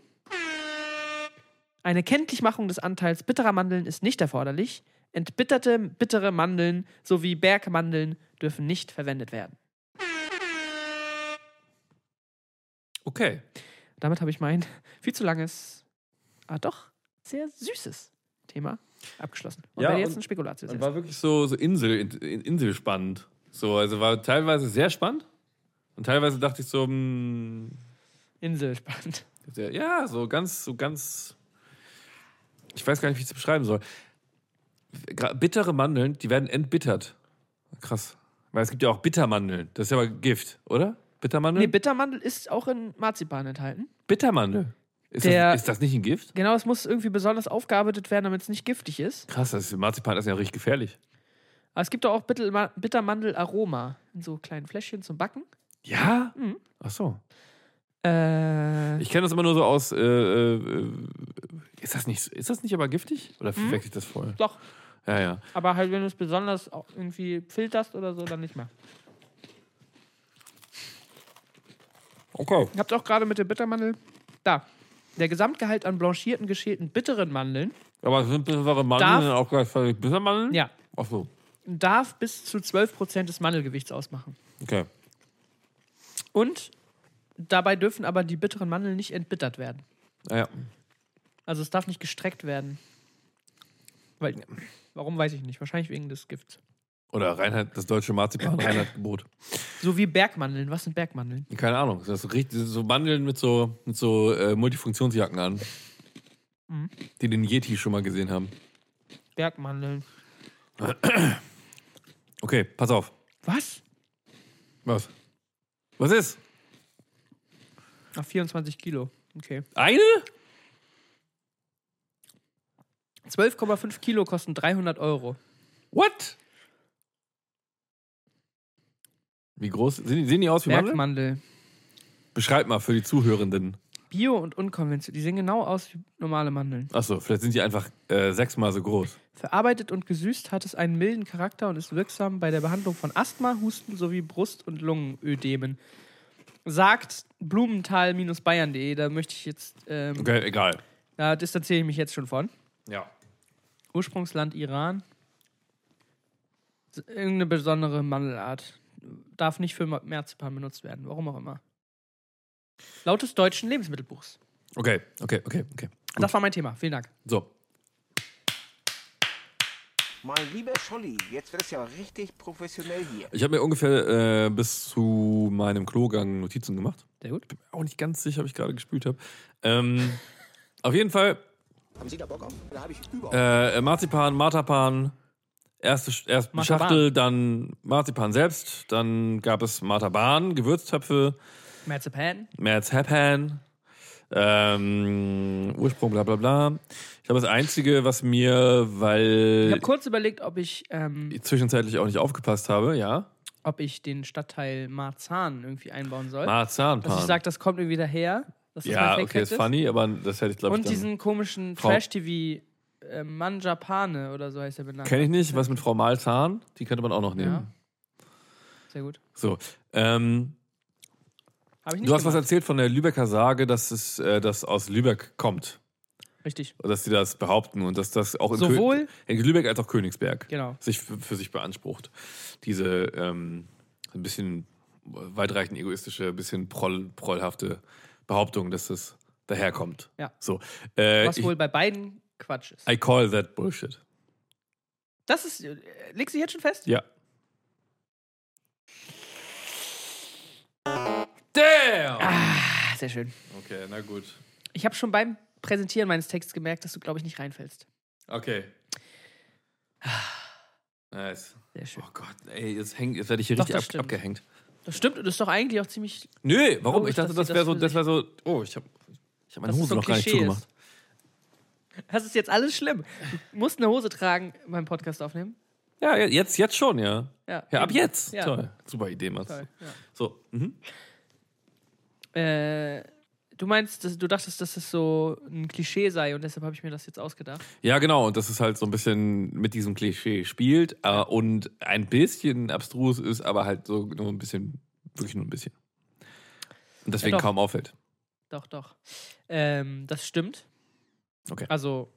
D: Eine Kenntlichmachung des Anteils bitterer Mandeln ist nicht erforderlich. Entbitterte, bittere Mandeln sowie Bergmandeln dürfen nicht verwendet werden.
C: Okay.
D: Damit habe ich mein viel zu langes, aber doch sehr süßes Thema abgeschlossen. Und
C: Ja,
D: werde
C: und-
D: jetzt ein Spekulatius
C: Und
D: essen.
C: war wirklich so, so Insel, in, in- inselspannend. So, also war teilweise sehr spannend. Und teilweise dachte ich so, mh,
D: Insel spannend.
C: sehr, ja, so ganz, so ganz. Ich weiß gar nicht, wie ich es beschreiben soll. Gra- Bittere Mandeln, die werden entbittert. Krass. Weil es gibt ja auch Bittermandeln. Das ist ja aber Gift, oder? Bittermandel?
D: Nee, Bittermandel ist auch in Marzipan enthalten.
C: Bittermandel. Ist,
D: Der-
C: das, ist das nicht ein Gift?
D: Genau, es muss irgendwie besonders aufgearbeitet werden, damit es nicht giftig ist.
C: Krass, das ist, Marzipan ist ja richtig gefährlich.
D: Aber es gibt doch auch Bittel- Bittermandel-Aroma in so kleinen Fläschchen zum Backen.
C: Ja?
D: Mhm.
C: Ach so.
D: Äh,
C: Ich kenne das immer nur so aus. Äh, äh, ist, das nicht, ist das nicht aber giftig? Oder verwechsel ich das voll?
D: doch,
C: Ja, ja.
D: aber halt, wenn du es besonders auch irgendwie filterst oder so, dann nicht mehr.
C: Okay.
D: Ich hab's auch gerade mit der Bittermandel. Da. Der Gesamtgehalt an blanchierten, geschälten, bitteren Mandeln
C: Aber sind bittere Mandeln
D: Darf-
C: denn auch gleichzeitig Bittermandeln?
D: Ja.
C: Ach so.
D: darf bis zu 12% des Mandelgewichts ausmachen.
C: Okay.
D: Und dabei dürfen aber die bitteren Mandeln nicht entbittert werden.
C: Ah, Ja, ja.
D: Also es darf nicht gestreckt werden. Weil, warum weiß ich nicht. Wahrscheinlich wegen des Gifts.
C: Oder Reinheit, das deutsche Marzipan, Reinheitsgebot.
D: So wie Bergmandeln. Was sind Bergmandeln?
C: Keine Ahnung. Das ist so richtig, das sind so Mandeln mit so, mit so äh, Multifunktionsjacken an. Die den Yeti schon mal gesehen haben.
D: Bergmandeln.
C: Okay, pass auf.
D: Was?
C: Was? Was ist?
D: Ach, 24 Kilo. Okay.
C: Eine?
D: 12,5 Kilo kosten 300 Euro.
C: What? Wie groß? Sehen, die- sehen die aus wie Mandeln?
D: Bergmandel.
C: Beschreib mal für die Zuhörenden.
D: Bio und unkonventionell. Die sehen genau aus wie normale Mandeln.
C: Achso, vielleicht sind die einfach äh, sechsmal so groß.
D: Verarbeitet und gesüßt hat es einen milden Charakter und ist wirksam bei der Behandlung von Asthma, Husten sowie Brust- und Lungenödemen. Sagt blumenthal-bayern.de, da möchte ich jetzt, ähm,
C: Okay, egal.
D: da distanziere ich mich jetzt schon von.
C: Ja.
D: Ursprungsland Iran. S- Irgendeine besondere Mandelart. Darf nicht für Ma- Marzipan benutzt werden, warum auch immer. Laut des deutschen Lebensmittelbuchs.
C: Okay, okay, okay, okay.
D: Das war mein Thema, vielen Dank.
C: So.
E: Mein lieber Scholli, jetzt wird es ja richtig professionell hier.
C: Ich habe mir ungefähr äh, bis zu meinem Klogang Notizen gemacht.
D: Sehr gut.
C: Bin mir auch nicht ganz sicher, ob ich gerade gespült habe. Ähm, auf jeden Fall
E: Haben Sie da Bock auf? Da habe ich überhaupt.
C: äh, Marzipan, Martapan. Erste, Sch- erst eine
D: Martaban.
C: Schachtel, dann Marzipan selbst. Dann gab es Martaban, Gewürztöpfe,
D: Marzipan.
C: Merzhappen. Ähm, Ursprung, bla bla bla. Ich glaube, das Einzige, was mir,
D: Ich
C: weil
D: habe kurz überlegt, ob ich ähm,
C: ich zwischenzeitlich auch nicht aufgepasst habe, ja.
D: ob ich den Stadtteil Marzahn irgendwie einbauen soll.
C: Marzianpan.
D: dass ich sage, das kommt irgendwie daher. Dass das
C: ja,
D: mein
C: okay,
D: Fake-Fact
C: ist funny, aber das hätte ich, glaube ich,
D: Und
C: dann...
D: diesen komischen
C: Frau-
D: Trash-TV äh, Manjapane oder so heißt der benannt.
C: Kenne ich nicht. Was mit Frau Malzahn? Die könnte man auch noch nehmen.
D: Ja. Sehr gut.
C: So. Ähm,
D: Habe ich nicht
C: du hast was
D: gemacht.
C: erzählt von der Lübecker Sage, dass es äh, das aus Lübeck kommt.
D: Richtig.
C: Dass sie das behaupten und dass das auch in, Kö-
D: Sowohl-
C: in Lübeck als auch Königsberg
D: Genau.
C: sich für, für sich beansprucht. Diese ähm, ein bisschen weitreichend egoistische, ein bisschen proll, prollhafte Behauptung, dass das daherkommt.
D: Ja.
C: So. Äh,
D: Was
C: ich, Äh,
D: wohl bei beiden Quatsch ist.
C: I call that bullshit.
D: Das ist. Äh, legst du jetzt schon fest?
C: Ja. Damn!
D: Ah, sehr schön.
C: Okay, na gut.
D: Ich habe schon beim Präsentieren meines Textes gemerkt, dass du, glaube ich, nicht reinfällst.
C: Okay. Nice.
D: Sehr schön.
C: Oh Gott, ey, jetzt, häng, jetzt werde ich hier
D: Doch,
C: richtig
D: das
C: ab,
D: stimmt.
C: abgehängt.
D: Das stimmt und ist doch eigentlich auch ziemlich.
C: Nö, warum?
D: Logisch,
C: ich dachte,
D: dass
C: das
D: sie
C: wäre
D: das
C: so,
D: für
C: das wäre so. Oh, ich habe ich hab meine
D: dass es
C: Hose
D: so ein
C: noch gar nicht
D: Klischee
C: zugemacht.
D: ist. Das ist jetzt alles schlimm. Du musst eine Hose tragen beim Podcast aufnehmen.
C: Ja, jetzt, jetzt schon, ja.
D: Ja,
C: Ja, ab
D: eben.
C: jetzt.
D: Ja.
C: Toll. Super Idee, Mats.
D: Toll, ja.
C: So. Mhm.
D: Äh, du meinst, dass, du dachtest, dass es so ein Klischee sei und deshalb habe ich mir das jetzt ausgedacht.
C: Ja, genau. Und das ist halt so ein bisschen mit diesem Klischee spielt äh, und ein bisschen abstrus ist, aber halt so nur ein bisschen, wirklich nur ein bisschen. Und deswegen
D: doch.
C: kaum auffällt.
D: Doch, doch. Ähm, das stimmt.
C: Okay.
D: Also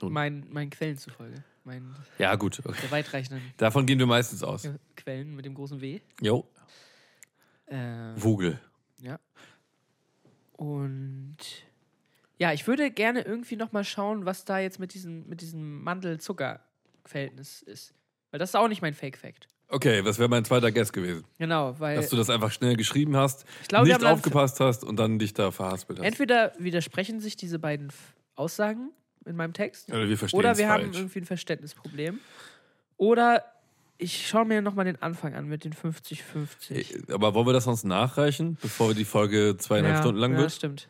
C: Nun.
D: mein, meinen Quellen zufolge. Meinen
C: Ja, gut. Okay.
D: der weitreichenden
C: Davon gehen wir meistens aus.
D: äh, Quellen mit dem großen W.
C: Jo.
D: Äh,
C: Vogel.
D: und ja, ich würde gerne irgendwie nochmal schauen, was da jetzt mit diesem, mit diesem Mandel-Zucker-Verhältnis ist. Weil das ist auch nicht mein Fake-Fact.
C: Okay, das wäre mein zweiter Guess gewesen.
D: Genau, weil
C: Dass du das einfach schnell geschrieben hast,
D: ich glaube, wir
C: nicht
D: haben dann-
C: aufgepasst hast und dann dich da verhaspelt hast.
D: Entweder widersprechen sich diese beiden F- Aussagen in meinem Text
C: Oder wir verstehen
D: oder
C: es
D: wir haben
C: falsch.
D: irgendwie ein Verständnisproblem. Oder ich schaue mir nochmal den Anfang an mit den 50-50.
C: Äh, Aber wollen wir das sonst nachreichen, bevor die Folge zweieinhalb
D: Ja,
C: Stunden lang
D: ja,
C: wird?
D: stimmt.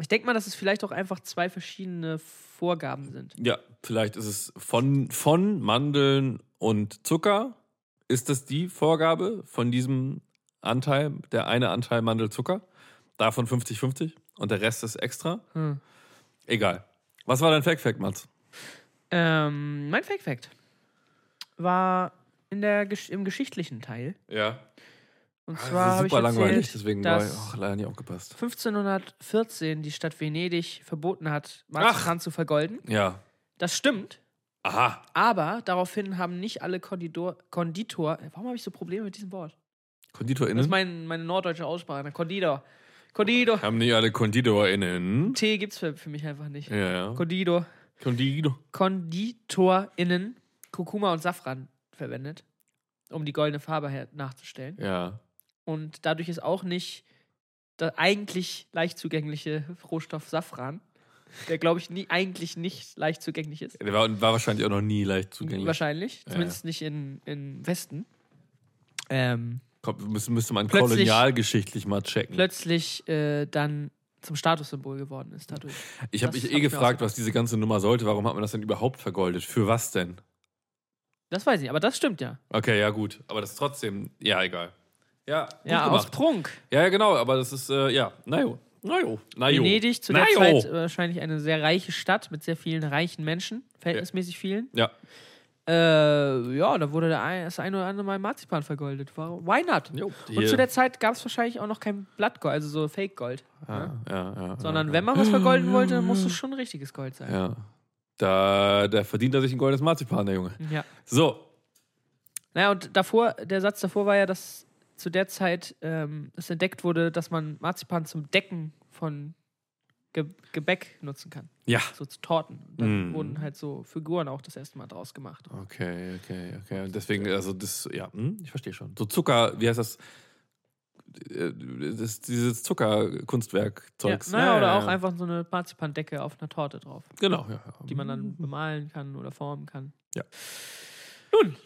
D: Ich denke mal, dass es vielleicht auch einfach zwei verschiedene Vorgaben sind.
C: Ja, vielleicht ist es von, von Mandeln und Zucker. Ist das die Vorgabe von diesem Anteil, der eine Anteil Mandel-Zucker? Davon 50-50 und der Rest ist extra?
D: Hm.
C: Egal. Was war dein Fact-Fact, Mats?
D: Ähm, mein Fake Fact war in der, Gesch- im geschichtlichen Teil.
C: Ja.
D: Und
C: Ah, Das
D: zwar
C: ist
D: habe ich
C: super
D: erzählt,
C: langweilig, deswegen war ich
D: dass
C: auch leider nicht aufgepasst.
D: 1514 die Stadt Venedig verboten hat, Marzipan zu vergolden.
C: Ja.
D: Das stimmt.
C: Aha.
D: Aber daraufhin haben nicht alle Konditor, Konditor warum habe ich so Probleme mit diesem
C: Hm?
D: Wort? Das ist
C: KonditorInnen?
D: mein, meine norddeutsche Aussprache. ne? Konditor. Konditor.
C: haben nicht alle KonditorInnen?
D: T gibt's für, für mich einfach nicht.
C: Ja, ja.
D: Konditor.
C: Konditor.
D: KonditorInnen Kurkuma und Safran verwendet, um die goldene Farbe her nachzustellen.
C: Ja.
D: Und dadurch ist auch nicht der eigentlich leicht zugängliche Rohstoff Safran, der glaube ich nie, eigentlich nicht leicht zugänglich ist.
C: Der war, war wahrscheinlich auch noch nie leicht zugänglich.
D: Wahrscheinlich.
C: Ja,
D: Zumindest nicht in, in Westen. Ähm,
C: Kommt, müsste, müsste man
D: Plötzlich-
C: kolonialgeschichtlich mal checken.
D: plötzlich äh, dann zum Statussymbol geworden ist dadurch.
C: Ich habe
D: Das
C: mich
D: hab
C: eh
D: ich mir
C: gefragt,
D: ausgedacht.
C: was diese ganze Nummer sollte. Warum hat man das denn überhaupt vergoldet? Für was denn?
D: Das weiß ich, aber das stimmt ja.
C: Okay, ja gut. Aber das ist trotzdem, ja, egal. Ja, gut
D: ja, aus
C: gemacht.
D: Prunk.
C: Ja, ja, genau. Aber das ist, äh, ja, najo. Najo. Najo.
D: Venedig zu der
C: Najo.
D: Zeit äh, wahrscheinlich eine sehr reiche Stadt mit sehr vielen reichen Menschen, verhältnismäßig vielen.
C: Ja,
D: Äh, ja, da wurde der ein, das ein oder andere Mal Marzipan vergoldet. Warum- Why not?
C: Jo.
D: Und
C: Hier.
D: zu der Zeit gab es wahrscheinlich auch noch kein Blattgold, also so Fake-Gold. ne?
C: ja, ja. ja.
D: Sondern wenn man was vergolden wollte, dann musste es schon richtiges Gold sein.
C: Ja. Da, da verdient er sich ein goldenes Marzipan, der Junge.
D: ja.
C: So,
D: Naja, und davor, der Satz davor war ja, dass zu der Zeit ähm, es entdeckt wurde, dass man Marzipan zum Decken von Ge Gebäck nutzen kann.
C: ja.
D: So zu Torten. Und dann
C: Mm.
D: wurden halt so Figuren auch das erste Mal draus gemacht.
C: Okay, okay, okay. Und deswegen, also das, ja, hm, ich verstehe schon. So Zucker, wie heißt das? Äh, das dieses
D: Ja,
C: Zuckerkunstwerk-Zeugs.
D: naja,
C: Ja,
D: oder
C: ja,
D: auch
C: ja.
D: einfach so eine Marzipandecke auf einer Torte drauf,
C: Genau, ja. ja.
D: die man dann bemalen kann oder formen kann.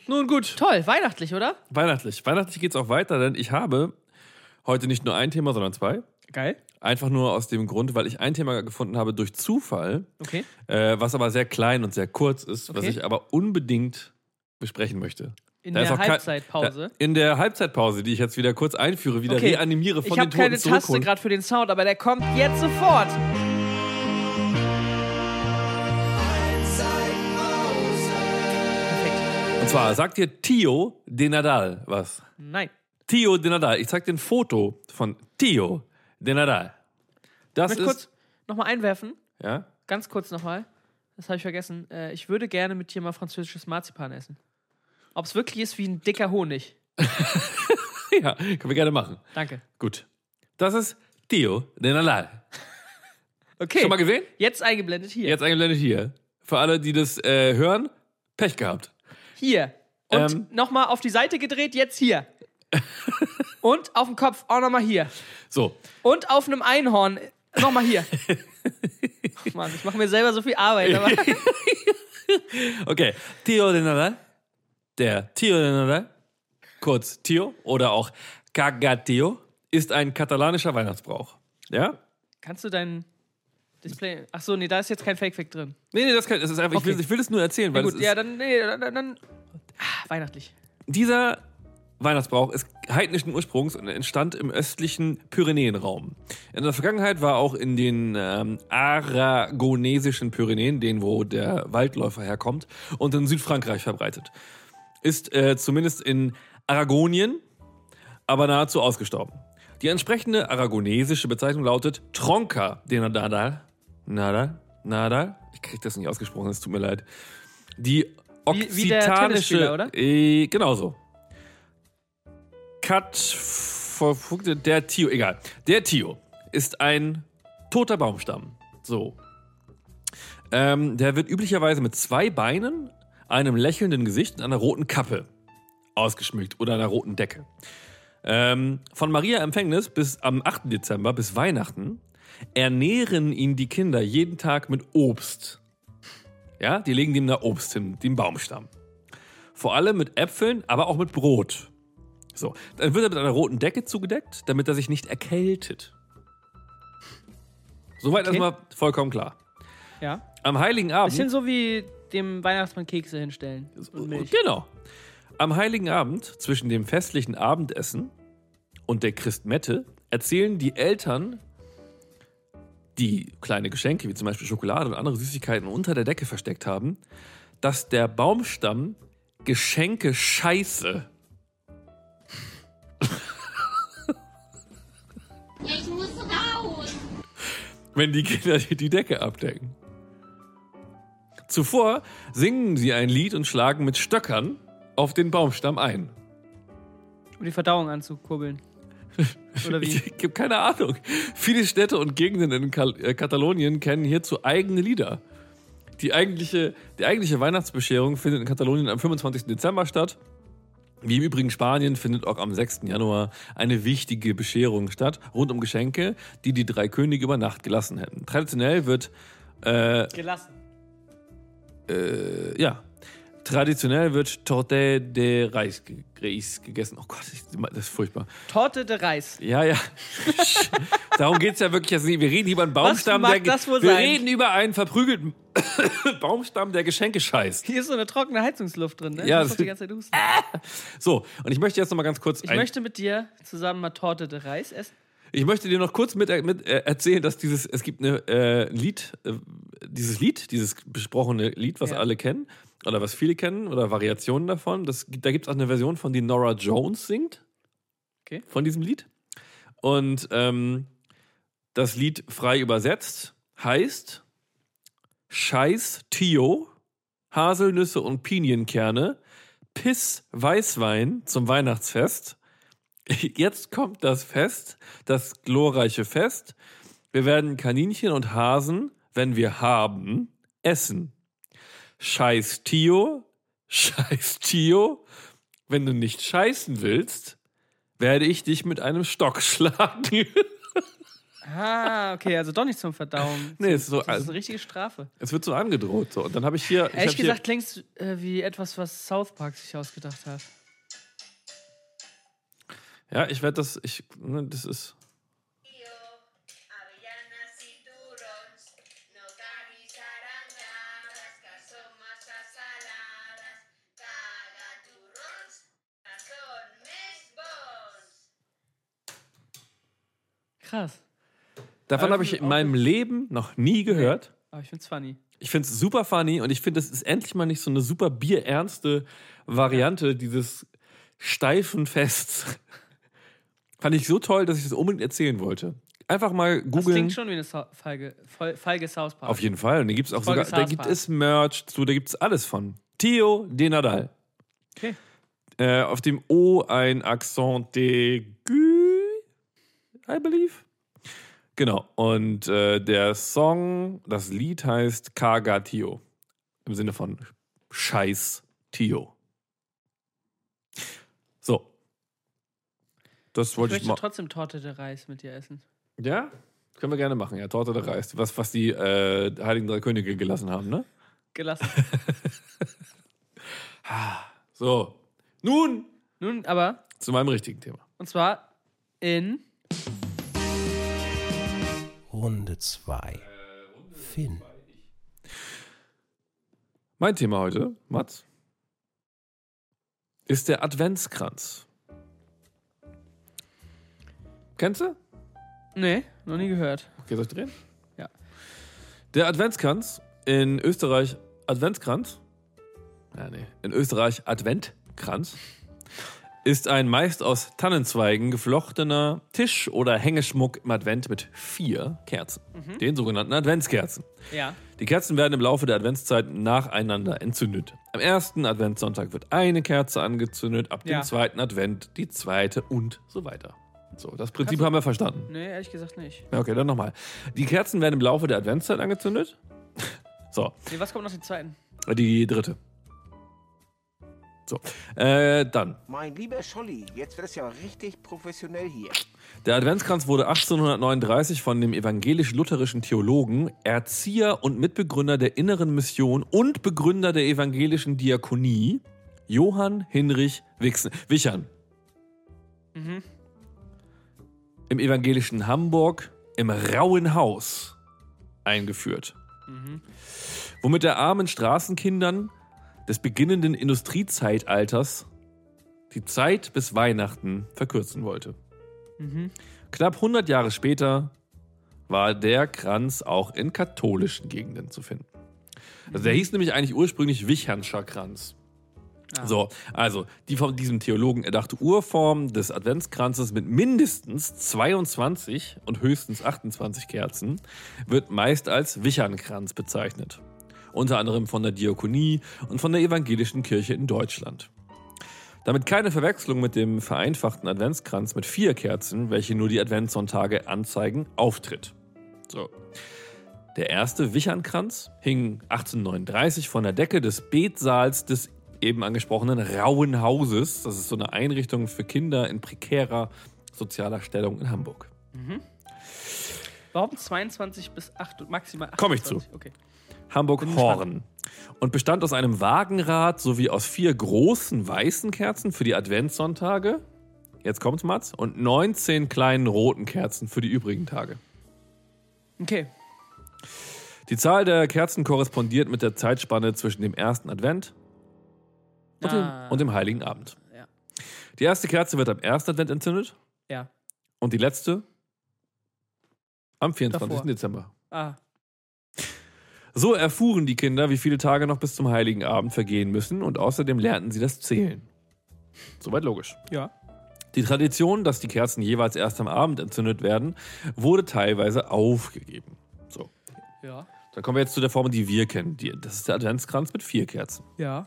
C: Nun gut.
D: Toll, weihnachtlich, oder?
C: Weihnachtlich. Weihnachtlich geht's auch weiter, denn ich habe heute nicht nur ein Thema, sondern zwei.
D: Geil.
C: Einfach nur aus dem Grund, weil ich ein Thema gefunden habe durch Zufall,
D: Okay.
C: äh, was aber sehr klein und sehr kurz ist, was
D: Okay.
C: ich aber unbedingt besprechen möchte.
D: In
C: Da ist
D: der
C: auch kein-
D: Halbzeitpause.
C: Da, in der Halbzeitpause, die ich jetzt wieder kurz einführe, wieder
D: Okay.
C: reanimiere von
D: Ich
C: den
D: habe
C: Toten
D: keine Taste
C: zurückholen.
D: gerade für den Sound, aber der kommt jetzt sofort. Perfekt.
C: Und zwar sagt dir Tio de Nadal was.
D: Nein.
C: Tio de Nadal. Ich zeig dir ein Foto von Tio de Nadal. Das
D: Ich möchte
C: ist.
D: kurz nochmal einwerfen.
C: ja?
D: Ganz kurz nochmal. Das habe ich vergessen. Äh, ich würde gerne mit dir mal französisches Marzipan essen. Ob es wirklich ist wie ein dicker Honig.
C: ja, können wir gerne machen.
D: Danke.
C: Gut. Das ist Tio de Nadal.
D: Okay.
C: Schon mal gesehen?
D: Jetzt eingeblendet hier.
C: Jetzt eingeblendet hier. Für alle, die das äh, hören, Pech gehabt.
D: Hier. Und
C: Ähm.
D: nochmal auf die Seite gedreht, jetzt hier. Und auf dem Kopf auch nochmal hier.
C: So,
D: Und auf einem Einhorn. Nochmal hier. Mann, ich mache mir selber so viel Arbeit. Aber
C: okay. Tio de Nadal. Der Tio de Nadal, kurz Tio oder auch Cagatio, ist ein katalanischer Weihnachtsbrauch. Ja?
D: kannst du deinen Display. Ach so, nee, da ist jetzt kein Fake-Fact drin.
C: Nee, nee, das, kann, das ist einfach, ich, will,
D: Okay.
C: ich will das nur erzählen,
D: Na
C: weil
D: gut,
C: es ist,
D: ja, dann, nee, dann, dann, dann ah, weihnachtlich.
C: dieser Weihnachtsbrauch ist heidnischen Ursprungs und entstand im östlichen Pyrenäenraum. In der Vergangenheit war auch in den ähm, aragonesischen Pyrenäen, denen wo der Waldläufer herkommt, und in Südfrankreich verbreitet. Ist äh, zumindest in Aragonien, aber nahezu ausgestorben. Die entsprechende aragonesische Bezeichnung lautet Tronca de Nadal. Nadal? Nadal? Ich krieg das nicht ausgesprochen, es tut mir leid. Die
D: Wie- wie der
C: okzitanische...
D: Tennisspieler, oder?
C: Äh, genau so. Cut verfugte der Tio, egal. Der Tio ist ein toter Baumstamm. So. Ähm, der wird üblicherweise mit zwei Beinen, einem lächelnden Gesicht und einer roten Kappe ausgeschmückt oder einer roten Decke. Ähm, von Maria Empfängnis bis am 8. Dezember, bis Weihnachten, ernähren ihn die Kinder jeden Tag mit Obst. Ja, die legen dem da Obst hin, dem Baumstamm. Vor allem mit Äpfeln, aber auch mit Brot. So, dann wird er mit einer roten Decke zugedeckt, damit er sich nicht erkältet. Soweit
D: Okay.
C: erstmal vollkommen klar.
D: Ja.
C: Am Heiligen Abend.
F: Bisschen so wie dem Weihnachtsmann Kekse hinstellen. Und Milch.
C: Genau. Am Heiligen Abend, zwischen dem festlichen Abendessen und der Christmette, erzählen die Eltern, die kleine Geschenke, wie zum Beispiel Schokolade und andere Süßigkeiten, unter der Decke versteckt haben, dass der Baumstamm Geschenke scheiße.
G: Ich muss raus.
C: wenn die Kinder die Decke abdecken. Zuvor singen sie ein Lied und schlagen mit Stöckern auf den Baumstamm ein.
F: Um die Verdauung anzukurbeln. Oder wie?
C: Ich habe keine Ahnung. Viele Städte und Gegenden in Kal äh, Katalonien kennen hierzu eigene Lieder. Die eigentliche, die eigentliche Weihnachtsbescherung findet in Katalonien am 25. Dezember statt. Wie im Übrigen Spanien findet auch am 6. Januar eine wichtige Bescherung statt, rund um Geschenke, die die drei Könige über Nacht gelassen hätten. Traditionell wird
F: Gelassen.
C: Äh, ja. Traditionell wird Torte de Reis, ge- Reis gegessen. Oh Gott, ich, das ist furchtbar.
D: Torte de Reis.
C: Ja, ja. Darum geht es ja wirklich jetzt nicht. Wir reden hier über einen Baumstamm,
D: mag
C: der. ge-
D: das wohl
C: wir
D: sein?
C: reden über einen verprügelten Baumstamm, der Geschenke scheißt.
D: Hier ist so eine trockene Heizungsluft drin, ne?
C: Ja,
D: Du
C: das- Ah.
D: musst doch die ganze Zeit husten.
C: So, und ich möchte jetzt noch mal ganz kurz.
F: Ich möchte mit dir zusammen mal Torte de Reis essen.
C: ich möchte dir noch kurz mit, mit äh, erzählen, dass dieses. Es gibt eine, äh, ein Lied, äh, dieses Lied, dieses besprochene Lied, was
D: Ja.
C: alle kennen oder was viele kennen oder Variationen davon. Das, gibt- da gibt es auch eine Version von, die Nora Jones singt.
D: Okay.
C: Von diesem Lied. Und ähm, das Lied frei übersetzt heißt Scheiß Tio, Haselnüsse und Pinienkerne, Piss Weißwein zum Weihnachtsfest. Jetzt kommt das Fest, das glorreiche Fest. Wir werden Kaninchen und Hasen, wenn wir haben, essen. Scheiß Tio, Scheiß Tio, wenn du nicht scheißen willst, werde ich dich mit einem Stock schlagen.
F: Ah, okay, also doch nicht zum Verdauen.
C: nee, Also. ist so,
F: Das ist eine richtige Strafe.
C: es wird so angedroht. So. Und dann habe ich hier. Ich
F: Ehrlich
C: hab hier,
F: gesagt klingt äh, wie etwas, was South Park sich ausgedacht hat.
C: ja, ich werde das. Ich, ne, das ist.
G: Avellanas y turons, notaris, arandas, casomas asaladas, cagaturons, son mes bons.
F: Krass. Ähm,
C: Davon habe ich in meinem Leben noch nie gehört.
F: Aber ich find's funny.
C: Ich finde es super funny und ich finde, es ist endlich mal nicht so eine super bierernste Variante dieses steifen Fests. Fand ich so toll, dass ich das unbedingt erzählen wollte. Einfach mal
F: Das
C: googeln.
F: klingt schon wie eine Sau- feige, voll- feige South Park.
C: Auf jeden Fall. Und da gibt es auch
F: Folge
C: sogar, da
F: South
C: gibt
F: Park.
C: es Merch zu, da gibt es alles von. Theo de Nadal.
F: Okay.
C: Äh, auf dem O ein Accent d'aigu, I believe. Genau. Und äh, der Song, das Lied heißt Kaga Tio. Im Sinne von Scheiß Tio. So. Das
F: Ich
C: wollte ich,
F: möchte
C: mal.
F: trotzdem Torte de Reis mit dir essen.
C: Ja? Können wir gerne machen, ja. Torte der Reis. Was, was die äh, Heiligen Drei Könige gelassen haben, ne?
F: Gelassen.
C: So. Nun
F: Nun aber,
C: zu meinem richtigen Thema.
F: und zwar in
A: Runde 2. Finn.
C: Mein Thema heute, Mats, ist der Adventskranz. Kennst du?
F: Nee, noch nie gehört.
C: Okay, soll ich drehen?
F: Ja.
C: Der Adventskranz in Österreich Adventskranz. Ja, nee. In Österreich Adventkranz ist ein meist aus Tannenzweigen geflochtener Tisch- oder Hängeschmuck im Advent mit vier Kerzen, den sogenannten Adventskerzen.
F: Ja.
C: Die Kerzen werden im Laufe der Adventszeit nacheinander entzündet. Am ersten Adventssonntag wird eine Kerze angezündet, ab dem
F: Ja.
C: zweiten Advent die zweite und so weiter. So, das Prinzip haben wir verstanden.
F: Nee, ehrlich gesagt nicht.
C: Ja, Okay, dann nochmal. Die Kerzen werden im Laufe der Adventszeit angezündet. So,
F: Nee, was kommt nach dem zweiten?
C: die dritte. So, äh, dann.
E: Mein lieber Scholli, jetzt wird es ja richtig professionell hier.
C: Der Adventskranz wurde 1839 von dem evangelisch-lutherischen Theologen, Erzieher und Mitbegründer der inneren Mission und Begründer der evangelischen Diakonie, Johann Hinrich Wichsen, Wichern. Im evangelischen Hamburg im Rauen Haus eingeführt. Womit der armen Straßenkindern des beginnenden Industriezeitalters die Zeit bis Weihnachten verkürzen wollte. Knapp 100 Jahre später war der Kranz auch in katholischen Gegenden zu finden. Also der hieß nämlich eigentlich ursprünglich Wichernscher Kranz. So, also die von diesem Theologen erdachte Urform des Adventskranzes mit mindestens 22 und höchstens 28 Kerzen wird meist als Wichernkranz bezeichnet. Unter anderem von der Diakonie und von der evangelischen Kirche in Deutschland. Damit keine Verwechslung mit dem vereinfachten Adventskranz mit vier Kerzen, welche nur die Adventssonntage anzeigen, auftritt. So. Der erste Wichernkranz hing 1839 von der Decke des Betsaals des eben angesprochenen Rauen Hauses. Das ist so eine Einrichtung für Kinder in prekärer sozialer Stellung in Hamburg.
F: Warum 22 bis 8 und maximal 8?
C: Komm ich
F: Okay.
C: Hamburg-Horn und bestand aus einem Wagenrad sowie aus vier großen weißen Kerzen für die Adventssonntage. Jetzt kommt's, Mats. Und 19 kleinen roten Kerzen für die übrigen Tage.
F: Okay.
C: Die Zahl der Kerzen korrespondiert mit der Zeitspanne zwischen dem ersten Advent und,
F: Ah.
C: dem, und dem Heiligen Abend.
F: Ja.
C: Die erste Kerze wird am ersten Advent entzündet
F: Ja.
C: und die letzte am 24.
F: Davor.
C: Dezember.
F: Ah.
C: So erfuhren die Kinder, wie viele Tage noch bis zum Heiligen Abend vergehen müssen und außerdem lernten sie das Zählen. Soweit logisch.
F: Ja.
C: Die Tradition, dass die Kerzen jeweils erst am Abend entzündet werden, wurde teilweise aufgegeben. So,
F: Ja.
C: dann kommen wir jetzt zu der Formel, die wir kennen. Die, das ist der Adventskranz mit vier Kerzen.
F: Ja.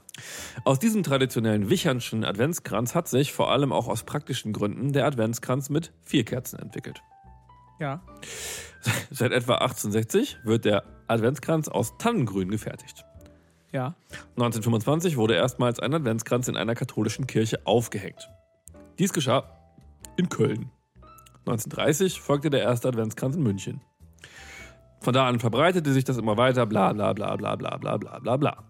C: Aus diesem traditionellen Wichernschen Adventskranz hat sich vor allem auch aus praktischen Gründen der Adventskranz mit vier Kerzen entwickelt.
F: Ja.
C: Seit etwa 1860 wird der Adventskranz aus Tannengrün gefertigt.
F: Ja.
C: 1925 wurde erstmals ein Adventskranz in einer katholischen Kirche aufgehängt. Dies geschah in Köln. 1930 folgte der erste Adventskranz in München. Von da an verbreitete sich das immer weiter, bla bla bla bla bla bla bla bla bla.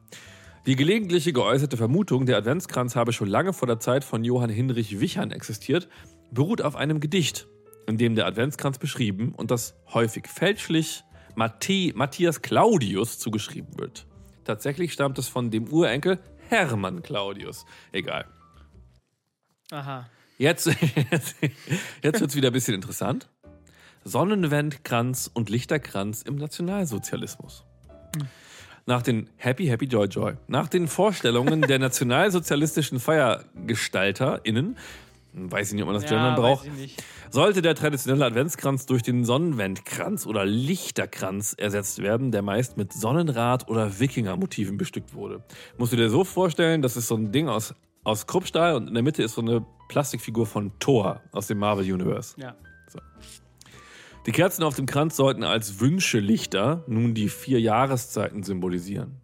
C: Die gelegentliche geäußerte Vermutung, der Adventskranz habe schon lange vor der Zeit von Johann Hinrich Wichern existiert, beruht auf einem Gedicht, in dem der Adventskranz beschrieben und das häufig fälschlich Matthi Matthias Claudius zugeschrieben wird. Tatsächlich stammt es von dem Urenkel Hermann Claudius. Egal.
F: Aha.
C: Jetzt, jetzt, jetzt wird es wieder ein bisschen interessant. Sonnenwendkranz und Lichterkranz im Nationalsozialismus. Nach den Happy, Happy, Joy, Joy. Nach den Vorstellungen der nationalsozialistischen FeiergestalterInnen, weiß ich nicht, ob man das Gendern
F: ja,
C: braucht,
F: Weiß ich nicht.
C: sollte der traditionelle Adventskranz durch den Sonnenwendkranz oder Lichterkranz ersetzt werden, der meist mit Sonnenrad oder Wikingermotiven bestückt wurde. Musst du dir so vorstellen, das ist so ein Ding aus, aus Kruppstahl und in der Mitte ist so eine Plastikfigur von Thor aus dem Marvel Universe.
F: Ja.
C: Die Kerzen auf dem Kranz sollten als Wünschelichter nun die vier Jahreszeiten symbolisieren.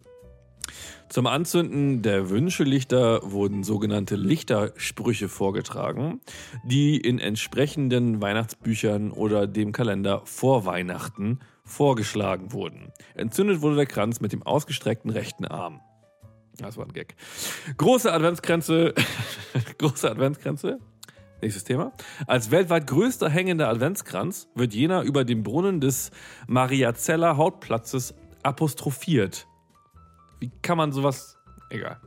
C: Zum Anzünden der Wünschelichter wurden sogenannte Lichtersprüche vorgetragen, die in entsprechenden Weihnachtsbüchern oder dem Kalender vor Weihnachten vorgeschlagen wurden. Entzündet wurde der Kranz mit dem ausgestreckten rechten Arm. Das war ein Gag. Große Adventskränze, große Adventskränze, Nächstes Thema. Als weltweit größter hängender Adventskranz wird jener über dem Brunnen des Mariazeller Hauptplatzes apostrophiert. Wie kann man sowas. Egal.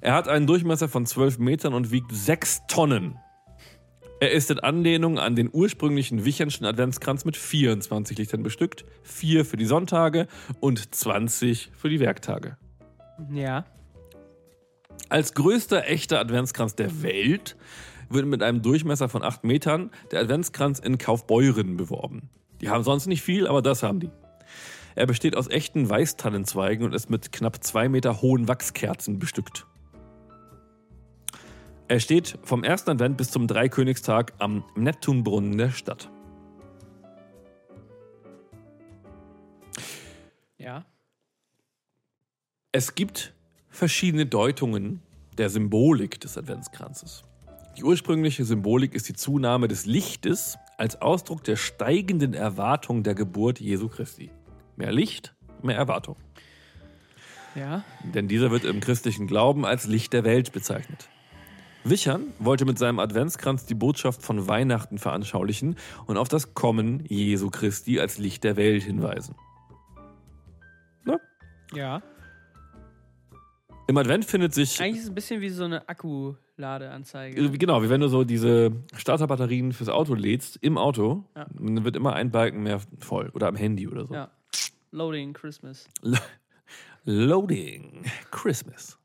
C: Er hat einen Durchmesser von 12 Metern und wiegt 6 Tonnen. Er ist in Anlehnung an den ursprünglichen Wichernschen Adventskranz mit 24 Lichtern bestückt, 4 für die Sonntage und 20 für die Werktage.
F: Ja.
C: Als größter echter Adventskranz der Welt wird mit einem Durchmesser von 8 Metern der Adventskranz in Kaufbeuren beworben. Die haben sonst nicht viel, aber das haben die. Er besteht aus echten Weißtannenzweigen und ist mit knapp 2 Meter hohen Wachskerzen bestückt. Er steht vom ersten Advent bis zum Dreikönigstag am Neptunbrunnen der Stadt.
F: Ja.
C: Es gibt verschiedene Deutungen der Symbolik des Adventskranzes. Die ursprüngliche Symbolik ist die Zunahme des Lichtes als Ausdruck der steigenden Erwartung der Geburt Jesu Christi. Mehr Licht, mehr Erwartung.
F: Ja.
C: Denn dieser wird im christlichen Glauben als Licht der Welt bezeichnet. Wichern wollte mit seinem Adventskranz die Botschaft von Weihnachten veranschaulichen und auf das Kommen Jesu Christi als Licht der Welt hinweisen.
F: Ja.
C: Im Advent findet sich
F: Eigentlich ist es ein bisschen wie so eine Akkuladeanzeige.
C: Äh, Genau, wie wenn du so diese Starterbatterien fürs Auto lädst, im Auto,
F: Ja.
C: dann wird immer ein Balken mehr voll. Oder am Handy oder so.
F: Ja. Loading Christmas.
C: Lo- Loading. Christmas.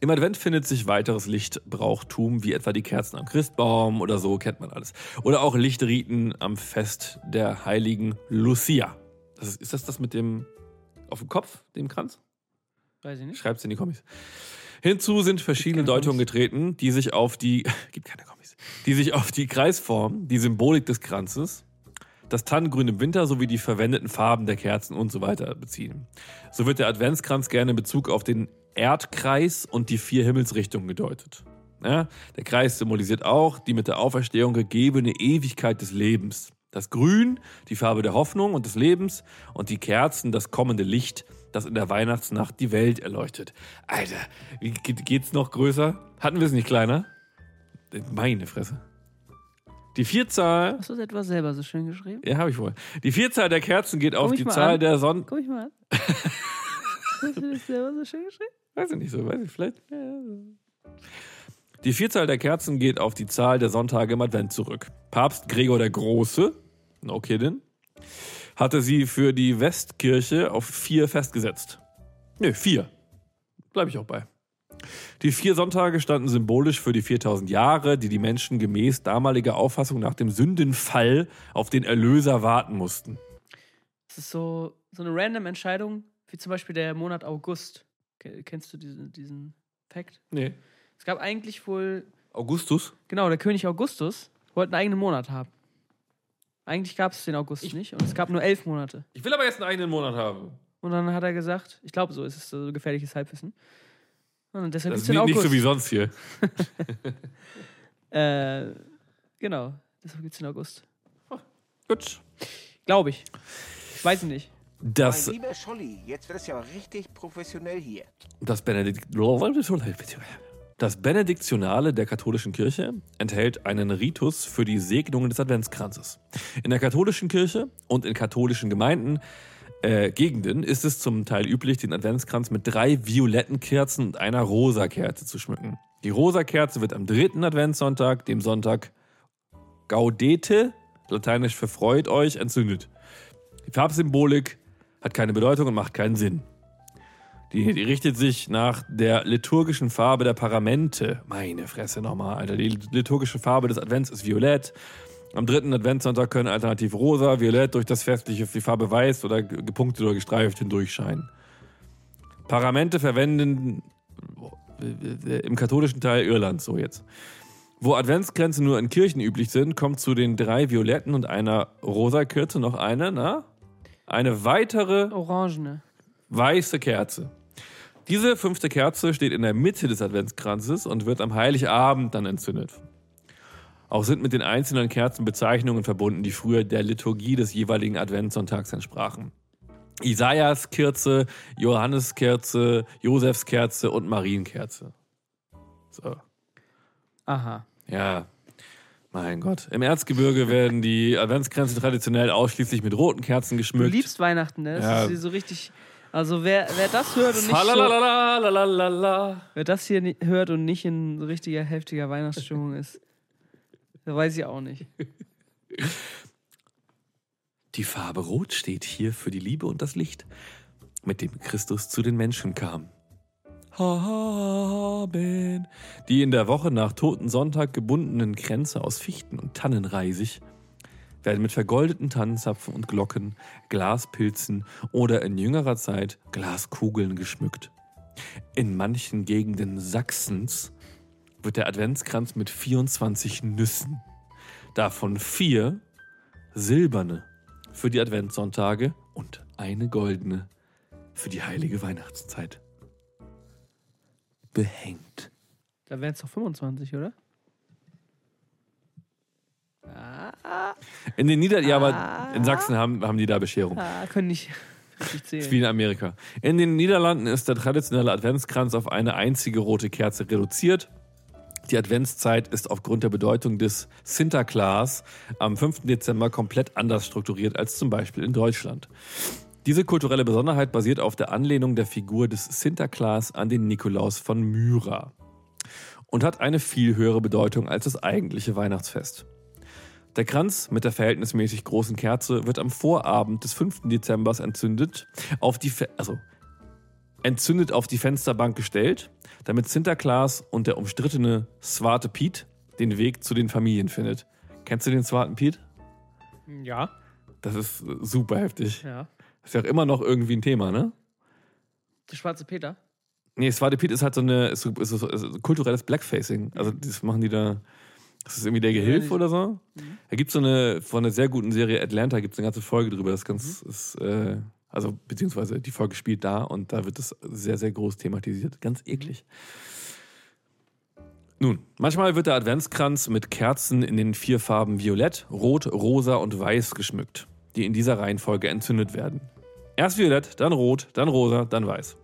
C: Im Advent findet sich weiteres Lichtbrauchtum, wie etwa die Kerzen am Christbaum oder so, kennt man alles. Oder auch Lichtriten am Fest der heiligen Lucia. Das ist, ist das das mit dem auf dem Kopf, dem Kranz?
F: Weiß ich nicht.
C: Schreibt's in die Kommis. Hinzu sind verschiedene
F: Gibt keine
C: Deutungen getreten, die sich auf die gibt keine Kommis, die sich auf die Kreisform, die Symbolik des Kranzes, das Tannengrün im Winter sowie die verwendeten Farben der Kerzen und so weiter beziehen. So wird der Adventskranz gerne in Bezug auf den Erdkreis und die vier Himmelsrichtungen gedeutet. Ja, der Kreis symbolisiert auch die mit der Auferstehung gegebene Ewigkeit des Lebens. Das Grün, die Farbe der Hoffnung und des Lebens und die Kerzen, das kommende Licht, das in der Weihnachtsnacht die Welt erleuchtet. Alter, wie ge- geht's noch größer? Hatten wir es nicht kleiner? Meine Fresse. Die Vierzahl,
F: Hast du das etwa selber so schön geschrieben?
C: ja, habe ich wohl. Die Vierzahl der Kerzen geht auf
F: Guck ich
C: die
F: mal
C: Zahl
F: an.
C: der Sonnen.
F: Guck ich mal an. Hast du das selber so schön geschrieben?
C: Weiß ich nicht so, weiß ich vielleicht. ja, ja. Die Vielzahl der Kerzen geht auf die Zahl der Sonntage im Advent zurück. Papst Gregor der Große, no kidding, hatte sie für die Westkirche auf vier festgesetzt. Nö, vier. Bleibe ich auch bei. Die vier Sonntage standen symbolisch für die 4000 Jahre, die die Menschen gemäß damaliger Auffassung nach dem Sündenfall auf den Erlöser warten mussten.
F: Das ist so, so eine random Entscheidung, wie zum Beispiel der Monat August. Ke- Kennst du diesen, diesen Fact?
C: Nee.
F: Es gab eigentlich wohl,
C: Augustus?
F: genau, der König Augustus wollte einen eigenen Monat haben. Eigentlich gab es den August nicht und es gab nur elf Monate.
C: Ich will aber jetzt einen eigenen Monat haben.
F: Und dann hat er gesagt, ich glaube, so ist es so gefährliches Halbwissen. Und deshalb
C: Das
F: gibt es
C: ist
F: den
C: nicht,
F: August.
C: nicht so wie sonst hier.
F: äh, genau, deshalb gibt es den August.
C: Gut.
F: Glaube ich. Ich weiß es nicht.
C: Das
E: Mein lieber Scholli, jetzt wird es ja richtig professionell hier.
C: Das, Benedikt das Benediktionale der katholischen Kirche enthält einen Ritus für die Segnung des Adventskranzes. In der katholischen Kirche und in katholischen Gemeinden, äh, Gegenden, ist es zum Teil üblich, den Adventskranz mit drei violetten Kerzen und einer rosa Kerze zu schmücken. Die rosa Kerze wird am dritten Adventssonntag, dem Sonntag Gaudete, lateinisch für freut euch, entzündet. Die Farbsymbolik hat keine Bedeutung und macht keinen Sinn. Die, die richtet sich nach der liturgischen Farbe der Paramente. Meine Fresse nochmal, Alter. Die liturgische Farbe des Advents ist violett. Am dritten Adventssonntag können alternativ rosa, violett durch das festliche die Farbe weiß oder ge- gepunktet oder gestreift hindurchscheinen. Paramente verwenden äh, im katholischen Teil Irlands so jetzt. Wo Adventskränze nur in Kirchen üblich sind, kommt zu den drei violetten und einer rosa Kerze noch eine, na? Eine weitere
F: Orangene.
C: weiße Kerze. Diese fünfte Kerze steht in der Mitte des Adventskranzes und wird am Heiligabend dann entzündet. Auch sind mit den einzelnen Kerzen Bezeichnungen verbunden, die früher der Liturgie des jeweiligen Adventssonntags entsprachen. Isaias-Kerze, Johannes-Kerze, Josefskerze und Marienkerze. So.
F: Aha.
C: Ja. Mein Gott. Im Erzgebirge werden die Adventskränze traditionell ausschließlich mit roten Kerzen
F: Du
C: geschmückt.
F: liebst Weihnachten, ne? Das
C: Ja.
F: ist so richtig
D: Also wer, wer das hört und nicht so,
C: Falalalalalalalala.
D: wer das hier ni- hört und nicht in richtiger heftiger Weihnachtsstimmung ist, der weiß ich auch nicht.
C: Die Farbe Rot steht hier für die Liebe und das Licht, mit dem Christus zu den Menschen kam. Haben die in der Woche nach Totensonntag gebundenen Kränze aus Fichten und Tannenreisig werden mit vergoldeten Tannenzapfen und Glocken, Glaspilzen oder in jüngerer Zeit Glaskugeln geschmückt. In manchen Gegenden Sachsens wird der Adventskranz mit 24 Nüssen, davon vier silberne für die Adventssonntage und eine goldene für die heilige Weihnachtszeit. Behängt.
D: Da wären es doch 25, oder?
C: In den Niederlanden, ja, aber in Sachsen haben, haben die da Bescherung.
D: Ah, können nicht richtig
C: Ist Wie
D: zählen.
C: in Amerika. In den Niederlanden ist der traditionelle Adventskranz auf eine einzige rote Kerze reduziert. Die Adventszeit ist aufgrund der Bedeutung des Sinterklaas am 5. Dezember komplett anders strukturiert als zum Beispiel in Deutschland. Diese kulturelle Besonderheit basiert auf der Anlehnung der Figur des Sinterklaas an den Nikolaus von Myra und hat eine viel höhere Bedeutung als das eigentliche Weihnachtsfest. Der Kranz mit der verhältnismäßig großen Kerze wird am Vorabend des 5. Dezembers entzündet, auf die, Fe also, entzündet auf die Fensterbank gestellt, damit Sinterklaas und der umstrittene Swarte Piet den Weg zu den Familien findet. Kennst du den Swarten Piet?
D: Ja.
C: Das ist äh, super heftig.
D: Ja.
C: Ist ja auch immer noch irgendwie ein Thema, ne?
D: Der schwarze Peter.
C: Nee, Swarte Piet ist halt so eine ist, so- ist, so- ist, so kulturelles Blackfacing. Also das machen die da. Das ist irgendwie der Gehilf
D: nicht.
C: oder so. Da gibt es so eine, von einer sehr guten Serie Atlanta gibt es eine ganze Folge drüber. Das ist ganz, ist, äh, also beziehungsweise die Folge spielt da und da wird das sehr, sehr groß thematisiert. Ganz eklig. Nun, manchmal wird der Adventskranz mit Kerzen in den vier Farben Violett, Rot, Rosa und Weiß geschmückt, die in dieser Reihenfolge entzündet werden. Erst Violett, dann Rot, dann Rosa, dann Weiß.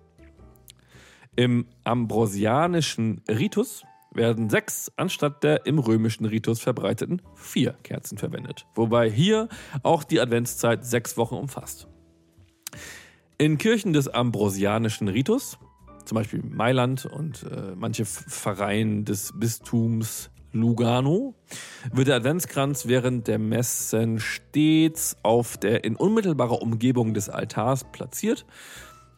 C: Im ambrosianischen Ritus werden sechs anstatt der im römischen Ritus verbreiteten vier Kerzen verwendet, wobei hier auch die Adventszeit sechs Wochen umfasst. In Kirchen des ambrosianischen Ritus, zum Beispiel Mailand und äh, manche F- Pfarreien des Bistums Lugano, wird der Adventskranz während der Messen stets auf der in unmittelbarer Umgebung des Altars platziert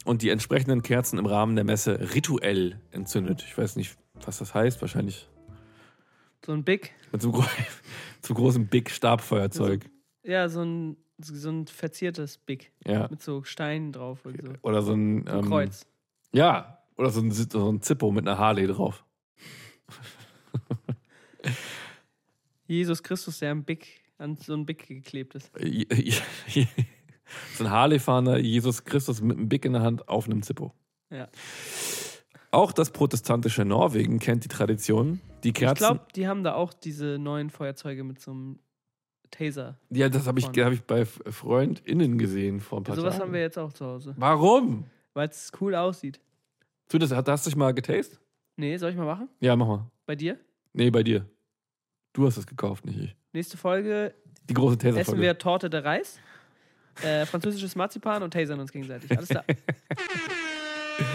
C: und die entsprechenden Kerzen im Rahmen der Messe rituell entzündet. Ich weiß nicht, was das heißt. Wahrscheinlich
D: So ein Big.
C: mit so einem, gro so einem großen Big-Stabfeuerzeug.
D: Ja, so ein, so ein verziertes Big.
C: Ja.
D: Mit so Steinen drauf und so.
C: Oder so ein
D: So ein
C: ähm,
D: Kreuz.
C: Ja, oder so ein, Sit- so ein Zippo mit einer Harley drauf.
D: Jesus Christus, der am Big, an so ein Big geklebt ist.
C: Äh, so ein Harley-fahrender Jesus Christus mit einem Big in der Hand auf einem Zippo.
D: Ja.
C: Auch das protestantische Norwegen kennt die Tradition. Die Kerzen.
D: Ich glaube, die haben da auch diese neuen Feuerzeuge mit so einem Taser.
C: ja, das habe ich,
D: Vorne.
C: hab ich bei F- FreundInnen gesehen vor ein paar
D: Sowas
C: Tagen.
D: haben wir jetzt auch zu Hause.
C: Warum?
D: Weil es cool aussieht.
C: Du, das, hast du dich mal getastet?
D: Nee, soll ich mal machen?
C: Ja, mach mal.
D: Bei dir?
C: Nee, bei dir. Du hast es gekauft, nicht ich.
D: Nächste Folge
C: Die große
D: essen
C: Taser-Folge.
D: wir Torte de Reis, äh, französisches Marzipan und tasern uns gegenseitig. Alles klar.
C: Äh,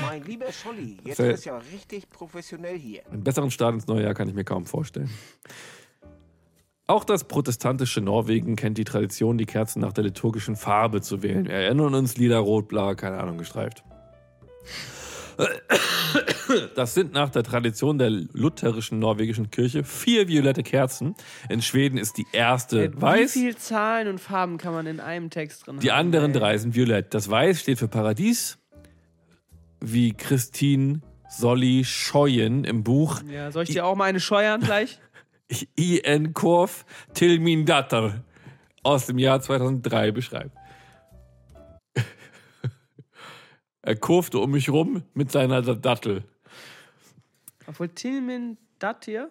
E: Mein lieber Scholli, jetzt
C: Sehr-
E: wird es ja richtig professionell hier.
C: Einen besseren Start ins neue Jahr kann ich mir kaum vorstellen. Auch das protestantische Norwegen kennt die Tradition, die Kerzen nach der liturgischen Farbe zu wählen. Wir erinnern uns Lieder rot, blau, keine Ahnung, gestreift. Das sind nach der Tradition der lutherischen norwegischen Kirche vier violette Kerzen. In Schweden ist die erste
D: Ey,
C: weiß.
D: Äh, Wie viel Zahlen und Farben kann man in einem Text drin haben? Äh,
C: Die anderen
D: ey?
C: drei sind violett. Das Weiß steht für Paradies, wie Christine Solly Scheuen im Buch
D: Ja, soll ich dir auch mal eine scheuern gleich?
C: I.N. Korf Tilmin Datter aus dem Jahr 2003 beschreibt. er kurfte um mich rum mit seiner Dattel.
D: Obwohl Tilmin dat hier.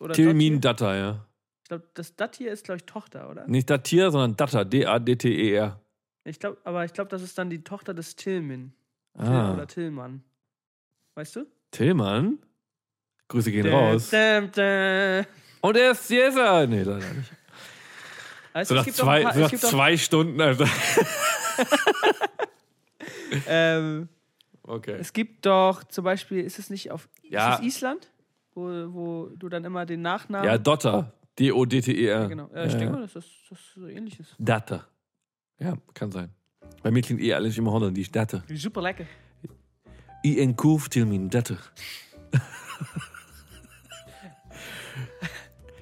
D: Oder
C: Tilmin
D: dat hier-
C: Datter, ja.
D: Ich glaube, das dat hier ist, glaube ich, Tochter, oder?
C: Nicht Dattier, sondern Datter. D-A-D-T-E-R.
D: Ich glaube, aber ich glaube, das ist dann die Tochter des Tilmin. Til
C: Ah,
D: Oder Tillmann. Weißt du?
C: Tillmann? Grüße gehen raus.
D: Däm, däm, däm.
C: Und er ist Cäsar. Nee, leider nicht. So
D: Also,
C: nach
D: es gibt doch
C: zwei,
D: ein paar,
C: so
D: es
C: nach
D: gibt doch-
C: zwei Stunden, Alter.
H: ähm,
C: Okay.
D: Es gibt doch zum Beispiel, ist es nicht auf
C: Ja.
D: ist es Island, wo, wo du dann immer den Nachnamen.
C: Ja, Dotter. D-O-D-T-E-R.
D: Oh. genau. Äh, Ich denke mal, dass das, das so ähnlich ist.
C: E Datter. Ja, kann sein. Bei mir klingt eh alles immer holländisch. Datter.
D: Super lecker.
C: I en koof til min datter.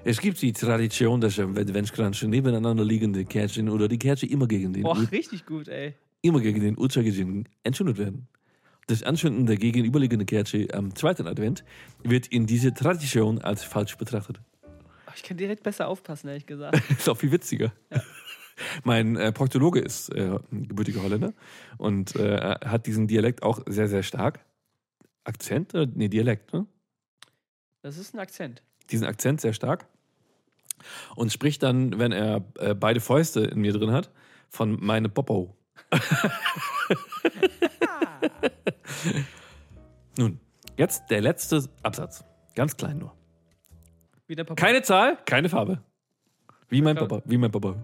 C: Es gibt die Tradition, dass wenn Adventskranze nebeneinander liegende Kerzen oder die Kerze immer gegen den,
D: Boah,
C: Ur-
D: richtig gut, ey.
C: immer gegen den Uhrzeigersinn entzündet werden. Das Anzünden der gegenüberliegenden Kerze am zweiten Advent wird in dieser Tradition als falsch betrachtet.
D: Oh, Ich kann direkt besser aufpassen, ehrlich gesagt.
C: Ist auch viel witziger. Mein äh, Proktologe ist äh, ein gebürtiger Holländer und äh, hat diesen Dialekt auch sehr, sehr stark. Akzent? Äh, nee, Dialekt, ne?
D: Das ist ein Akzent.
C: Diesen Akzent sehr stark. Und spricht dann, wenn er äh, beide Fäuste in mir drin hat, von meine Popo. Nun, jetzt der letzte Absatz. Ganz klein nur.
D: Wie der Papa.
C: Keine Zahl, keine Farbe. Wie mein Papa, wie mein Papa.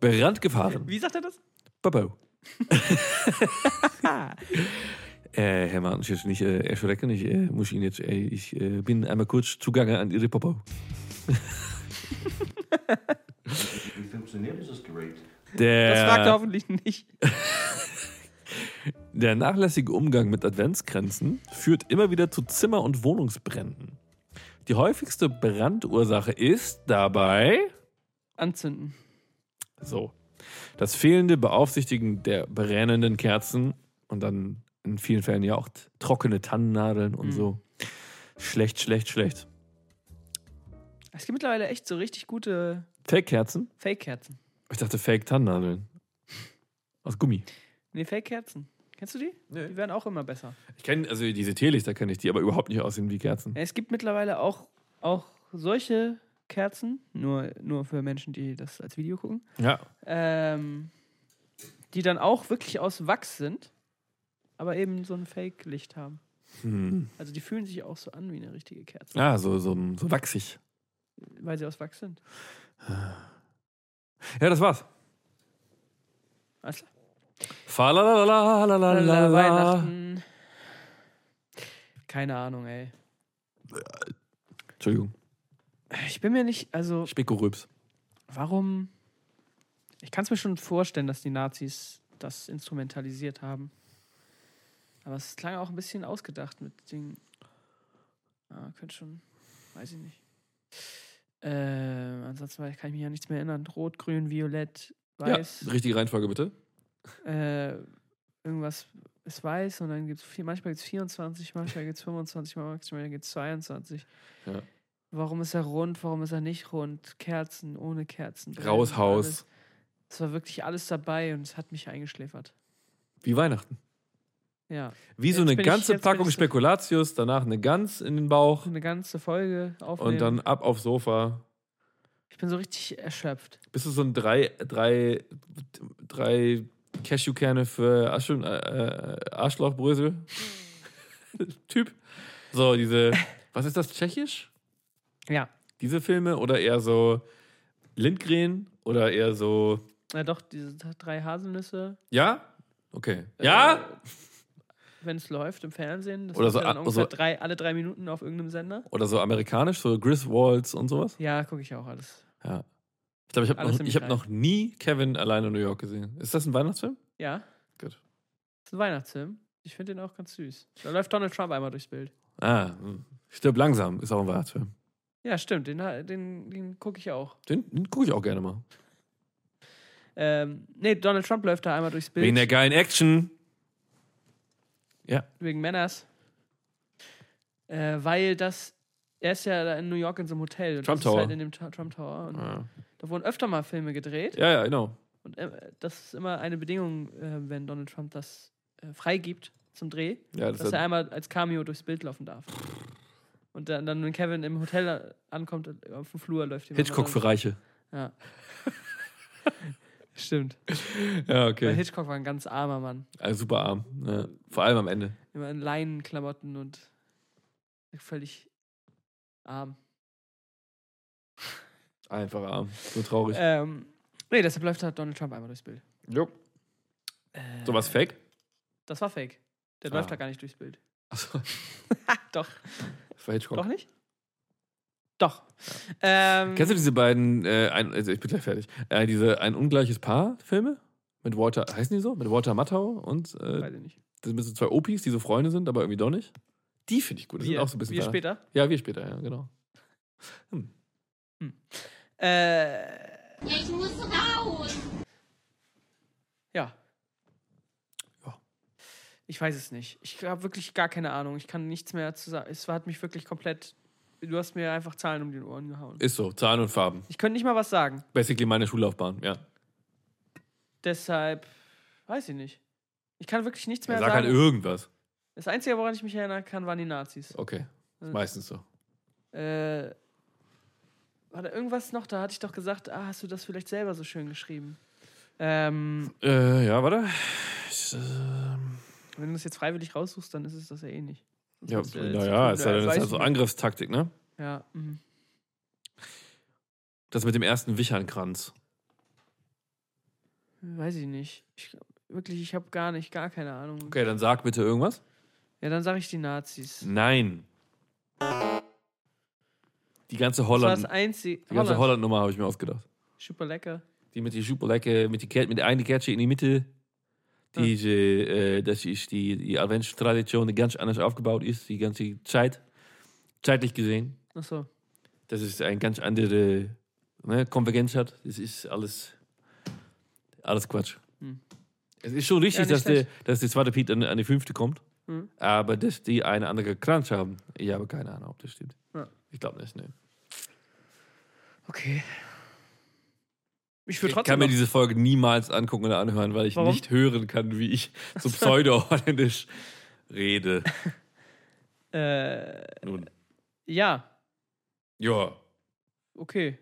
C: Brandgefahren.
D: Wie sagt er das?
C: Bobo. äh, Herr Martens, jetzt nicht äh, erschrecken. Ich äh, muss Ihnen jetzt, äh, ich äh, bin einmal kurz zugange an Ihre Popo.
I: Wie funktioniert dieses Gerät?
C: Der,
D: Das fragt er hoffentlich nicht.
C: der nachlässige Umgang mit Adventsgrenzen führt immer wieder zu Zimmer- und Wohnungsbränden. Die häufigste Brandursache ist dabei
D: Anzünden.
C: so das fehlende Beaufsichtigen der brennenden Kerzen und dann in vielen Fällen ja auch t- trockene Tannennadeln und
D: Mhm.
C: so. Schlecht, schlecht, schlecht.
D: Es gibt mittlerweile echt so richtig gute
C: Fake-Kerzen?
D: Fake-Kerzen.
C: Ich dachte Fake-Tannennadeln. Aus Gummi.
D: Nee, Fake-Kerzen. Kennst du die?
C: Nee.
D: Die werden auch immer besser.
C: Ich kenne, also diese Teelichter kenne ich, die aber überhaupt nicht aussehen wie Kerzen.
D: Ja, es gibt mittlerweile auch, auch solche Kerzen, nur, nur für Menschen, die das als Video gucken,
C: Ja.
D: ähm, die dann auch wirklich aus Wachs sind, aber eben so ein Fake-Licht haben.
C: Hm.
D: Also die fühlen sich auch so an wie eine richtige Kerze,
C: Ah, so, so, so wachsig.
D: weil sie aus Wachs sind.
C: Ja, das war's.
D: Alles klar. Lala,
C: Falalalalalala.
D: Weihnachten. Keine Ahnung, ey.
C: Entschuldigung.
D: Ich bin mir nicht, also
C: Spickorübs.
D: warum? Ich kann es mir schon vorstellen, dass die Nazis das instrumentalisiert haben. Aber es klang auch ein bisschen ausgedacht mit den. Ah, könnte schon. Weiß ich nicht. Ähm, ansonsten weiß- kann ich mich ja nichts mehr erinnern. Rot, Grün, Violett, Weiß.
C: Ja, richtige Reihenfolge bitte.
D: äh, irgendwas ist weiß und dann gibt es manchmal gibt es 24, manchmal gibt es 25, manchmal gibt es 22.
C: Ja.
D: Warum ist er rund, warum ist er nicht rund? Kerzen, ohne Kerzen. brennen,
C: Raushaus.
D: alles. Es war wirklich alles dabei und es hat mich eingeschläfert.
C: Wie Weihnachten.
D: Ja,
C: Wie so
D: Jetzt
C: eine
D: bin ich-
C: ganze
D: jetzt bin
C: Packung
D: ich so-
C: Spekulatius, danach eine Gans in den Bauch
D: eine ganze Folge aufnehmen.
C: und dann ab aufs Sofa.
D: ich bin so richtig erschöpft.
C: Bist du so ein drei, drei, drei Cashewkerne für Asche, äh, Arschlochbrösel? typ. So, diese, was ist das, tschechisch?
D: Ja,
C: Diese Filme oder eher so Lindgren oder eher so,
D: na doch, diese drei Haselnüsse,
C: ja? Okay.
D: Äh,
C: Ja?
D: wenn es läuft im Fernsehen. Das
C: Oder
D: läuft
C: so
D: ja dann
C: a-
D: ungefähr
C: so-
D: drei, alle drei Minuten auf irgendeinem Sender.
C: Oder so amerikanisch, so Griswolds und sowas?
D: Ja, gucke ich auch alles.
C: Ja. Ich glaube, ich habe
D: Alles
C: noch,
D: im
C: ich hab
D: Kleinen.
C: noch nie Kevin allein in New York gesehen. Ist das ein Weihnachtsfilm?
D: Ja.
C: Gut.
D: Das ist ein Weihnachtsfilm. Ich finde den auch ganz süß. Da läuft Donald Trump einmal durchs Bild.
C: Ah, hm. stirb langsam, ist auch ein Weihnachtsfilm.
D: Ja, stimmt. Den, ha- den, den gucke ich auch.
C: Den, den gucke ich auch gerne mal.
D: Ähm, nee, Donald Trump läuft da einmal durchs Bild.
C: Wegen der geilen Action.
D: wegen Männers. Äh, weil das. Er ist ja da in New York in so einem Hotel. Und
C: Trump
D: das
C: Tower.
D: Ist halt in dem Ta Trump Tower. Und
C: Ah.
D: Da wurden öfter mal Filme gedreht.
C: Ja, ja, genau.
D: Und äh, das ist immer eine Bedingung, äh, wenn Donald Trump das äh, freigibt zum Dreh,
C: Ja, das
D: dass
C: ist
D: er
C: ja,
D: einmal als Cameo durchs Bild laufen darf. Und dann, dann wenn Kevin im Hotel ankommt, auf dem Flur läuft jemand.
C: Hitchcock für Reiche.
D: Ja. Stimmt.
C: Ja,
D: Weil
C: okay.
D: Hitchcock war ein ganz armer Mann.
C: Ah, super arm. Ja. Vor allem am Ende.
D: Immer in Leinenklamotten und völlig arm.
C: Einfach arm. So
D: Äh,
C: traurig.
D: Ähm, nee, deshalb läuft halt Donald Trump einmal durchs Bild.
C: jo. So was fake?
D: Das war fake. Der
C: Ah.
D: läuft da gar nicht durchs Bild.
C: Achso,
D: Doch.
C: das war Hitchcock.
D: Doch nicht? Doch. Ähm,
C: Kennst du diese beiden, äh, ein, also ich bin gleich fertig, äh, diese Ein ungleiches Paar-Filme? Mit Walter, heißen die so? Mit Walter Matthau und äh,
D: Weiß ich nicht.
C: das sind so zwei Opis, die so Freunde sind, aber irgendwie doch nicht. Die finde ich gut. Die sind
D: Wir,
C: auch so ein bisschen
D: wir
C: da.
D: später.
C: Ja, wir später, ja, genau.
D: Äh,
G: Ich muss raus.
D: ja.
C: Ja.
D: Ich weiß es nicht. Ich habe wirklich gar keine Ahnung. Ich kann nichts mehr zu sagen. Es hat mich wirklich komplett. Du hast mir einfach Zahlen um die Ohren gehauen.
C: Ist so, Zahlen und Farben.
D: Ich könnte nicht mal was sagen.
C: Basically meine Schullaufbahn, ja.
D: Deshalb weiß ich nicht. Ich kann wirklich nichts mehr
C: Er sagt halt
D: sagen.
C: irgendwas.
D: Das Einzige, woran ich mich erinnern kann, waren die Nazis.
C: Okay, ist
D: Äh.
C: meistens so.
D: Äh, war da irgendwas noch? Da hatte ich doch gesagt, ah, hast du das vielleicht selber so schön geschrieben? Ähm,
C: Äh, ja, warte. Ich, äh,
D: wenn du es jetzt freiwillig raussuchst, dann ist es das ja eh nicht.
C: Ja,
D: Sonst, äh,
C: naja,
D: jetzt-
C: ist ja dann ist
D: weiß
C: ja
D: ich
C: so
D: nicht.
C: Angriffstaktik, ne?
D: Ja, mhm.
C: Das mit dem ersten Wichernkranz.
D: weiß ich nicht. Ich, wirklich, ich habe gar nicht, gar keine Ahnung.
C: Okay, dann sag bitte irgendwas.
D: Ja, dann sage ich die Nazis.
C: Nein. Die ganze
D: Das war das
C: Holland,
D: Einzige.
C: die ganze Holland-Nummer habe ich mir ausgedacht.
D: Super lecker.
C: Die mit die Schubelecke, mit die Ker- mit der einen Kerze in die Mitte.
D: Hm.
C: Diese, äh, das ist die, die Adventstradition, die ganz anders aufgebaut ist, die ganze Zeit, zeitlich gesehen.
D: Achso.
C: Das ist ein ganz andere ne, Konvergenz hat. Das ist alles, alles Quatsch.
D: Hm.
C: Es ist schon richtig,
D: Ja, nicht
C: dass, der,
D: schlecht.
C: dass der zweite Piet an, an die fünfte kommt,
D: Hm.
C: aber dass die eine andere Kranz haben. Ich habe keine Ahnung, ob das stimmt.
D: Ja.
C: Ich glaube nicht. Ne.
D: Okay. Ich will
C: Ich
D: trotzdem.
C: kann mir
D: noch-
C: diese Folge niemals angucken oder anhören, weil ich
D: Warum?
C: nicht hören kann, wie ich so pseudo-holländisch rede.
D: äh,
C: Nun.
D: ja,
C: Ja,
D: okay.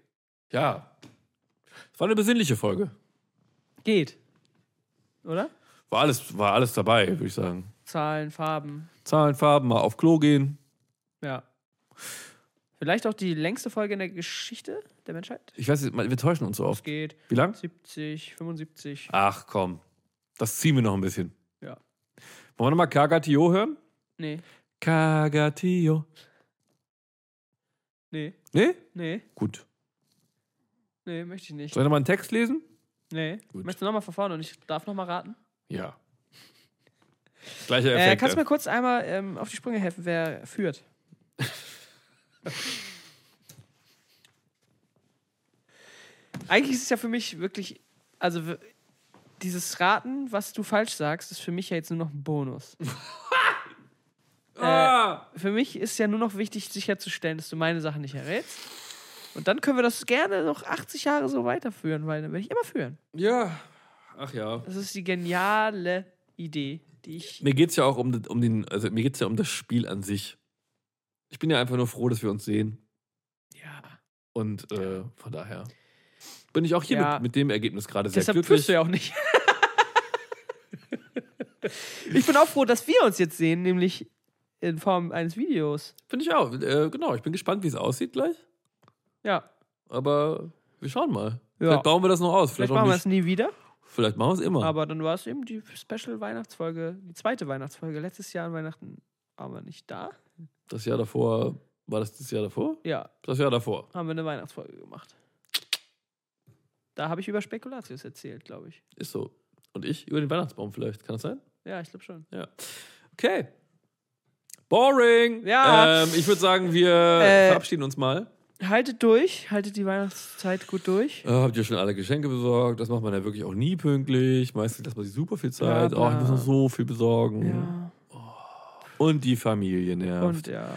C: ja. Es war eine besinnliche Folge.
D: Geht. Oder?
C: War alles, war alles dabei, würde ich sagen.
D: Zahlen, Farben.
C: Zahlen, Farben, mal auf Klo gehen.
D: Ja. Vielleicht auch die längste Folge in der Geschichte der Menschheit.
C: Ich weiß, nicht, wir täuschen uns so oft.
D: Geht
C: Wie lang?
D: 70, 75.
C: Ach komm, das ziehen wir noch ein bisschen.
D: Ja.
C: Wollen wir nochmal Kagatio hören?
D: Nee,
C: Kagatio.
D: nee,
C: Nee?
D: nee,
C: Gut.
D: nee, möchte ich nicht.
C: Soll ich nochmal einen Text lesen?
D: Nee.
C: Gut.
D: Möchtest du nochmal von vorne und ich darf nochmal raten?
C: Ja. Gleicher Effekt.
D: Äh, kannst du mir kurz einmal ähm, auf die Sprünge helfen, wer führt? Eigentlich ist es ja für mich wirklich, also w- dieses Raten, was du falsch sagst, ist für mich ja jetzt nur noch ein Bonus. äh,
C: ah!
D: Für mich ist ja nur noch wichtig, sicherzustellen, dass du meine Sachen nicht errätst. Und dann können wir das gerne noch 80 Jahre so weiterführen, weil dann werde ich immer führen.
C: Ja. Ach ja.
D: Das ist die geniale Idee, die ich.
C: Mir geht's ja auch um, den- um den, also mir geht's ja um das Spiel an sich. Ich bin ja einfach nur froh, dass wir uns sehen.
D: Ja.
C: Und äh, von daher bin ich auch hier
D: Ja.
C: mit, mit dem Ergebnis gerade sehr
D: Deshalb
C: glücklich.
D: führst du ja auch nicht. ich bin auch froh, dass wir uns jetzt sehen, nämlich in Form eines Videos.
C: Finde ich auch. Äh, genau, ich bin gespannt, wie es aussieht gleich.
D: Ja.
C: Aber wir schauen mal.
D: Ja.
C: Vielleicht bauen wir das noch aus. Vielleicht,
D: Vielleicht
C: auch
D: machen wir
C: nicht.
D: es nie wieder,
C: Vielleicht machen wir es immer.
D: aber dann war es eben die Special-Weihnachtsfolge, die zweite Weihnachtsfolge. Letztes Jahr an Weihnachten aber nicht da.
C: das Jahr davor, war das das Jahr davor?
D: Ja,
C: Das Jahr davor.
D: haben wir eine Weihnachtsfolge gemacht. Da habe ich über Spekulatius erzählt, glaube ich.
C: Ist so. Und ich über den Weihnachtsbaum vielleicht. Kann das sein?
D: Ja, ich glaube schon.
C: Okay. Boring.
D: Ja.
C: Ähm, ich würde sagen, wir
D: Äh.
C: verabschieden uns mal.
D: Haltet durch, haltet die Weihnachtszeit gut durch.
C: Äh, habt ihr schon alle Geschenke besorgt? Das macht man ja wirklich auch nie pünktlich. Meistens lässt man sich super viel Zeit.
D: Bla, bla.
C: Oh, ich muss noch so viel besorgen.
D: Ja.
C: Und die Familie nervt.
D: Und ja.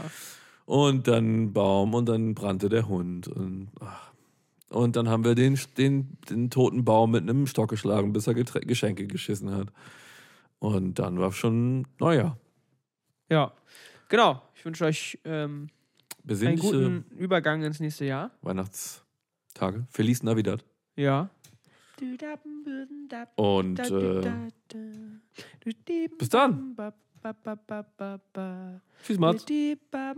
C: Und dann Baum und dann brannte der Hund. Und, ach. und dann haben wir den, den, den toten Baum mit einem Stock geschlagen, bis er Getre Geschenke geschissen hat. Und dann war schon, naja,
D: Ja. Genau. Ich wünsche euch. Ähm, einen
C: besinnliche
D: guten Übergang ins nächste Jahr.
C: äh, Weihnachtstage. Feliz Navidad.
D: Ja.
C: Und äh, bis dann. Tschüss, Mats. Na,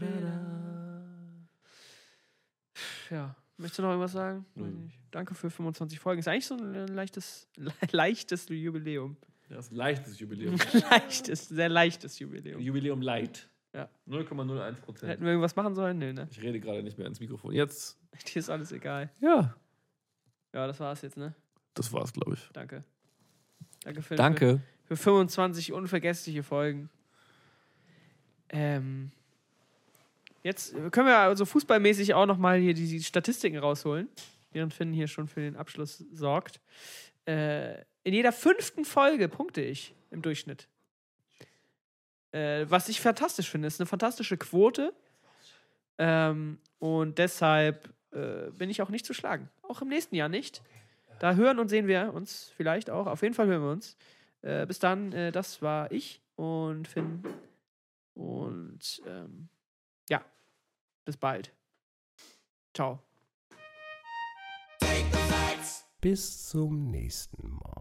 C: da, da.
D: Ja. Möchtest du noch irgendwas sagen? Weiß nicht. Danke für 25 Folgen. Ist eigentlich so ein äh, leichtes, le leichtes Jubiläum.
C: Das ist ein leichtes Jubiläum.
D: leichtes, sehr leichtes Jubiläum.
C: Jubiläum light.
D: Ja.
C: 0,01 Prozent.
D: Hätten wir irgendwas machen sollen? Nee, ne?
C: Ich rede gerade nicht mehr ins Mikrofon. Jetzt.
D: Dir ist alles egal.
C: Ja.
D: Ja, das war's jetzt, ne?
C: Das war's, glaube ich.
D: Danke. Danke, Phil.
C: Danke.
D: Für, für 25 unvergessliche Folgen. Ähm, jetzt können wir also fußballmäßig auch nochmal hier die, die Statistiken rausholen, während Finn hier schon für den Abschluss sorgt. Äh, in jeder fünften Folge punkte ich im Durchschnitt. Äh, was ich fantastisch finde, ist eine fantastische Quote. Ähm, und deshalb äh, bin ich auch nicht zu schlagen. Auch im nächsten Jahr nicht. Da hören und sehen wir uns vielleicht auch. Auf jeden Fall hören wir uns. Äh, bis dann, äh, das war ich und Finn. Und ähm, ja, bis bald. Ciao.
A: Bis zum nächsten Mal.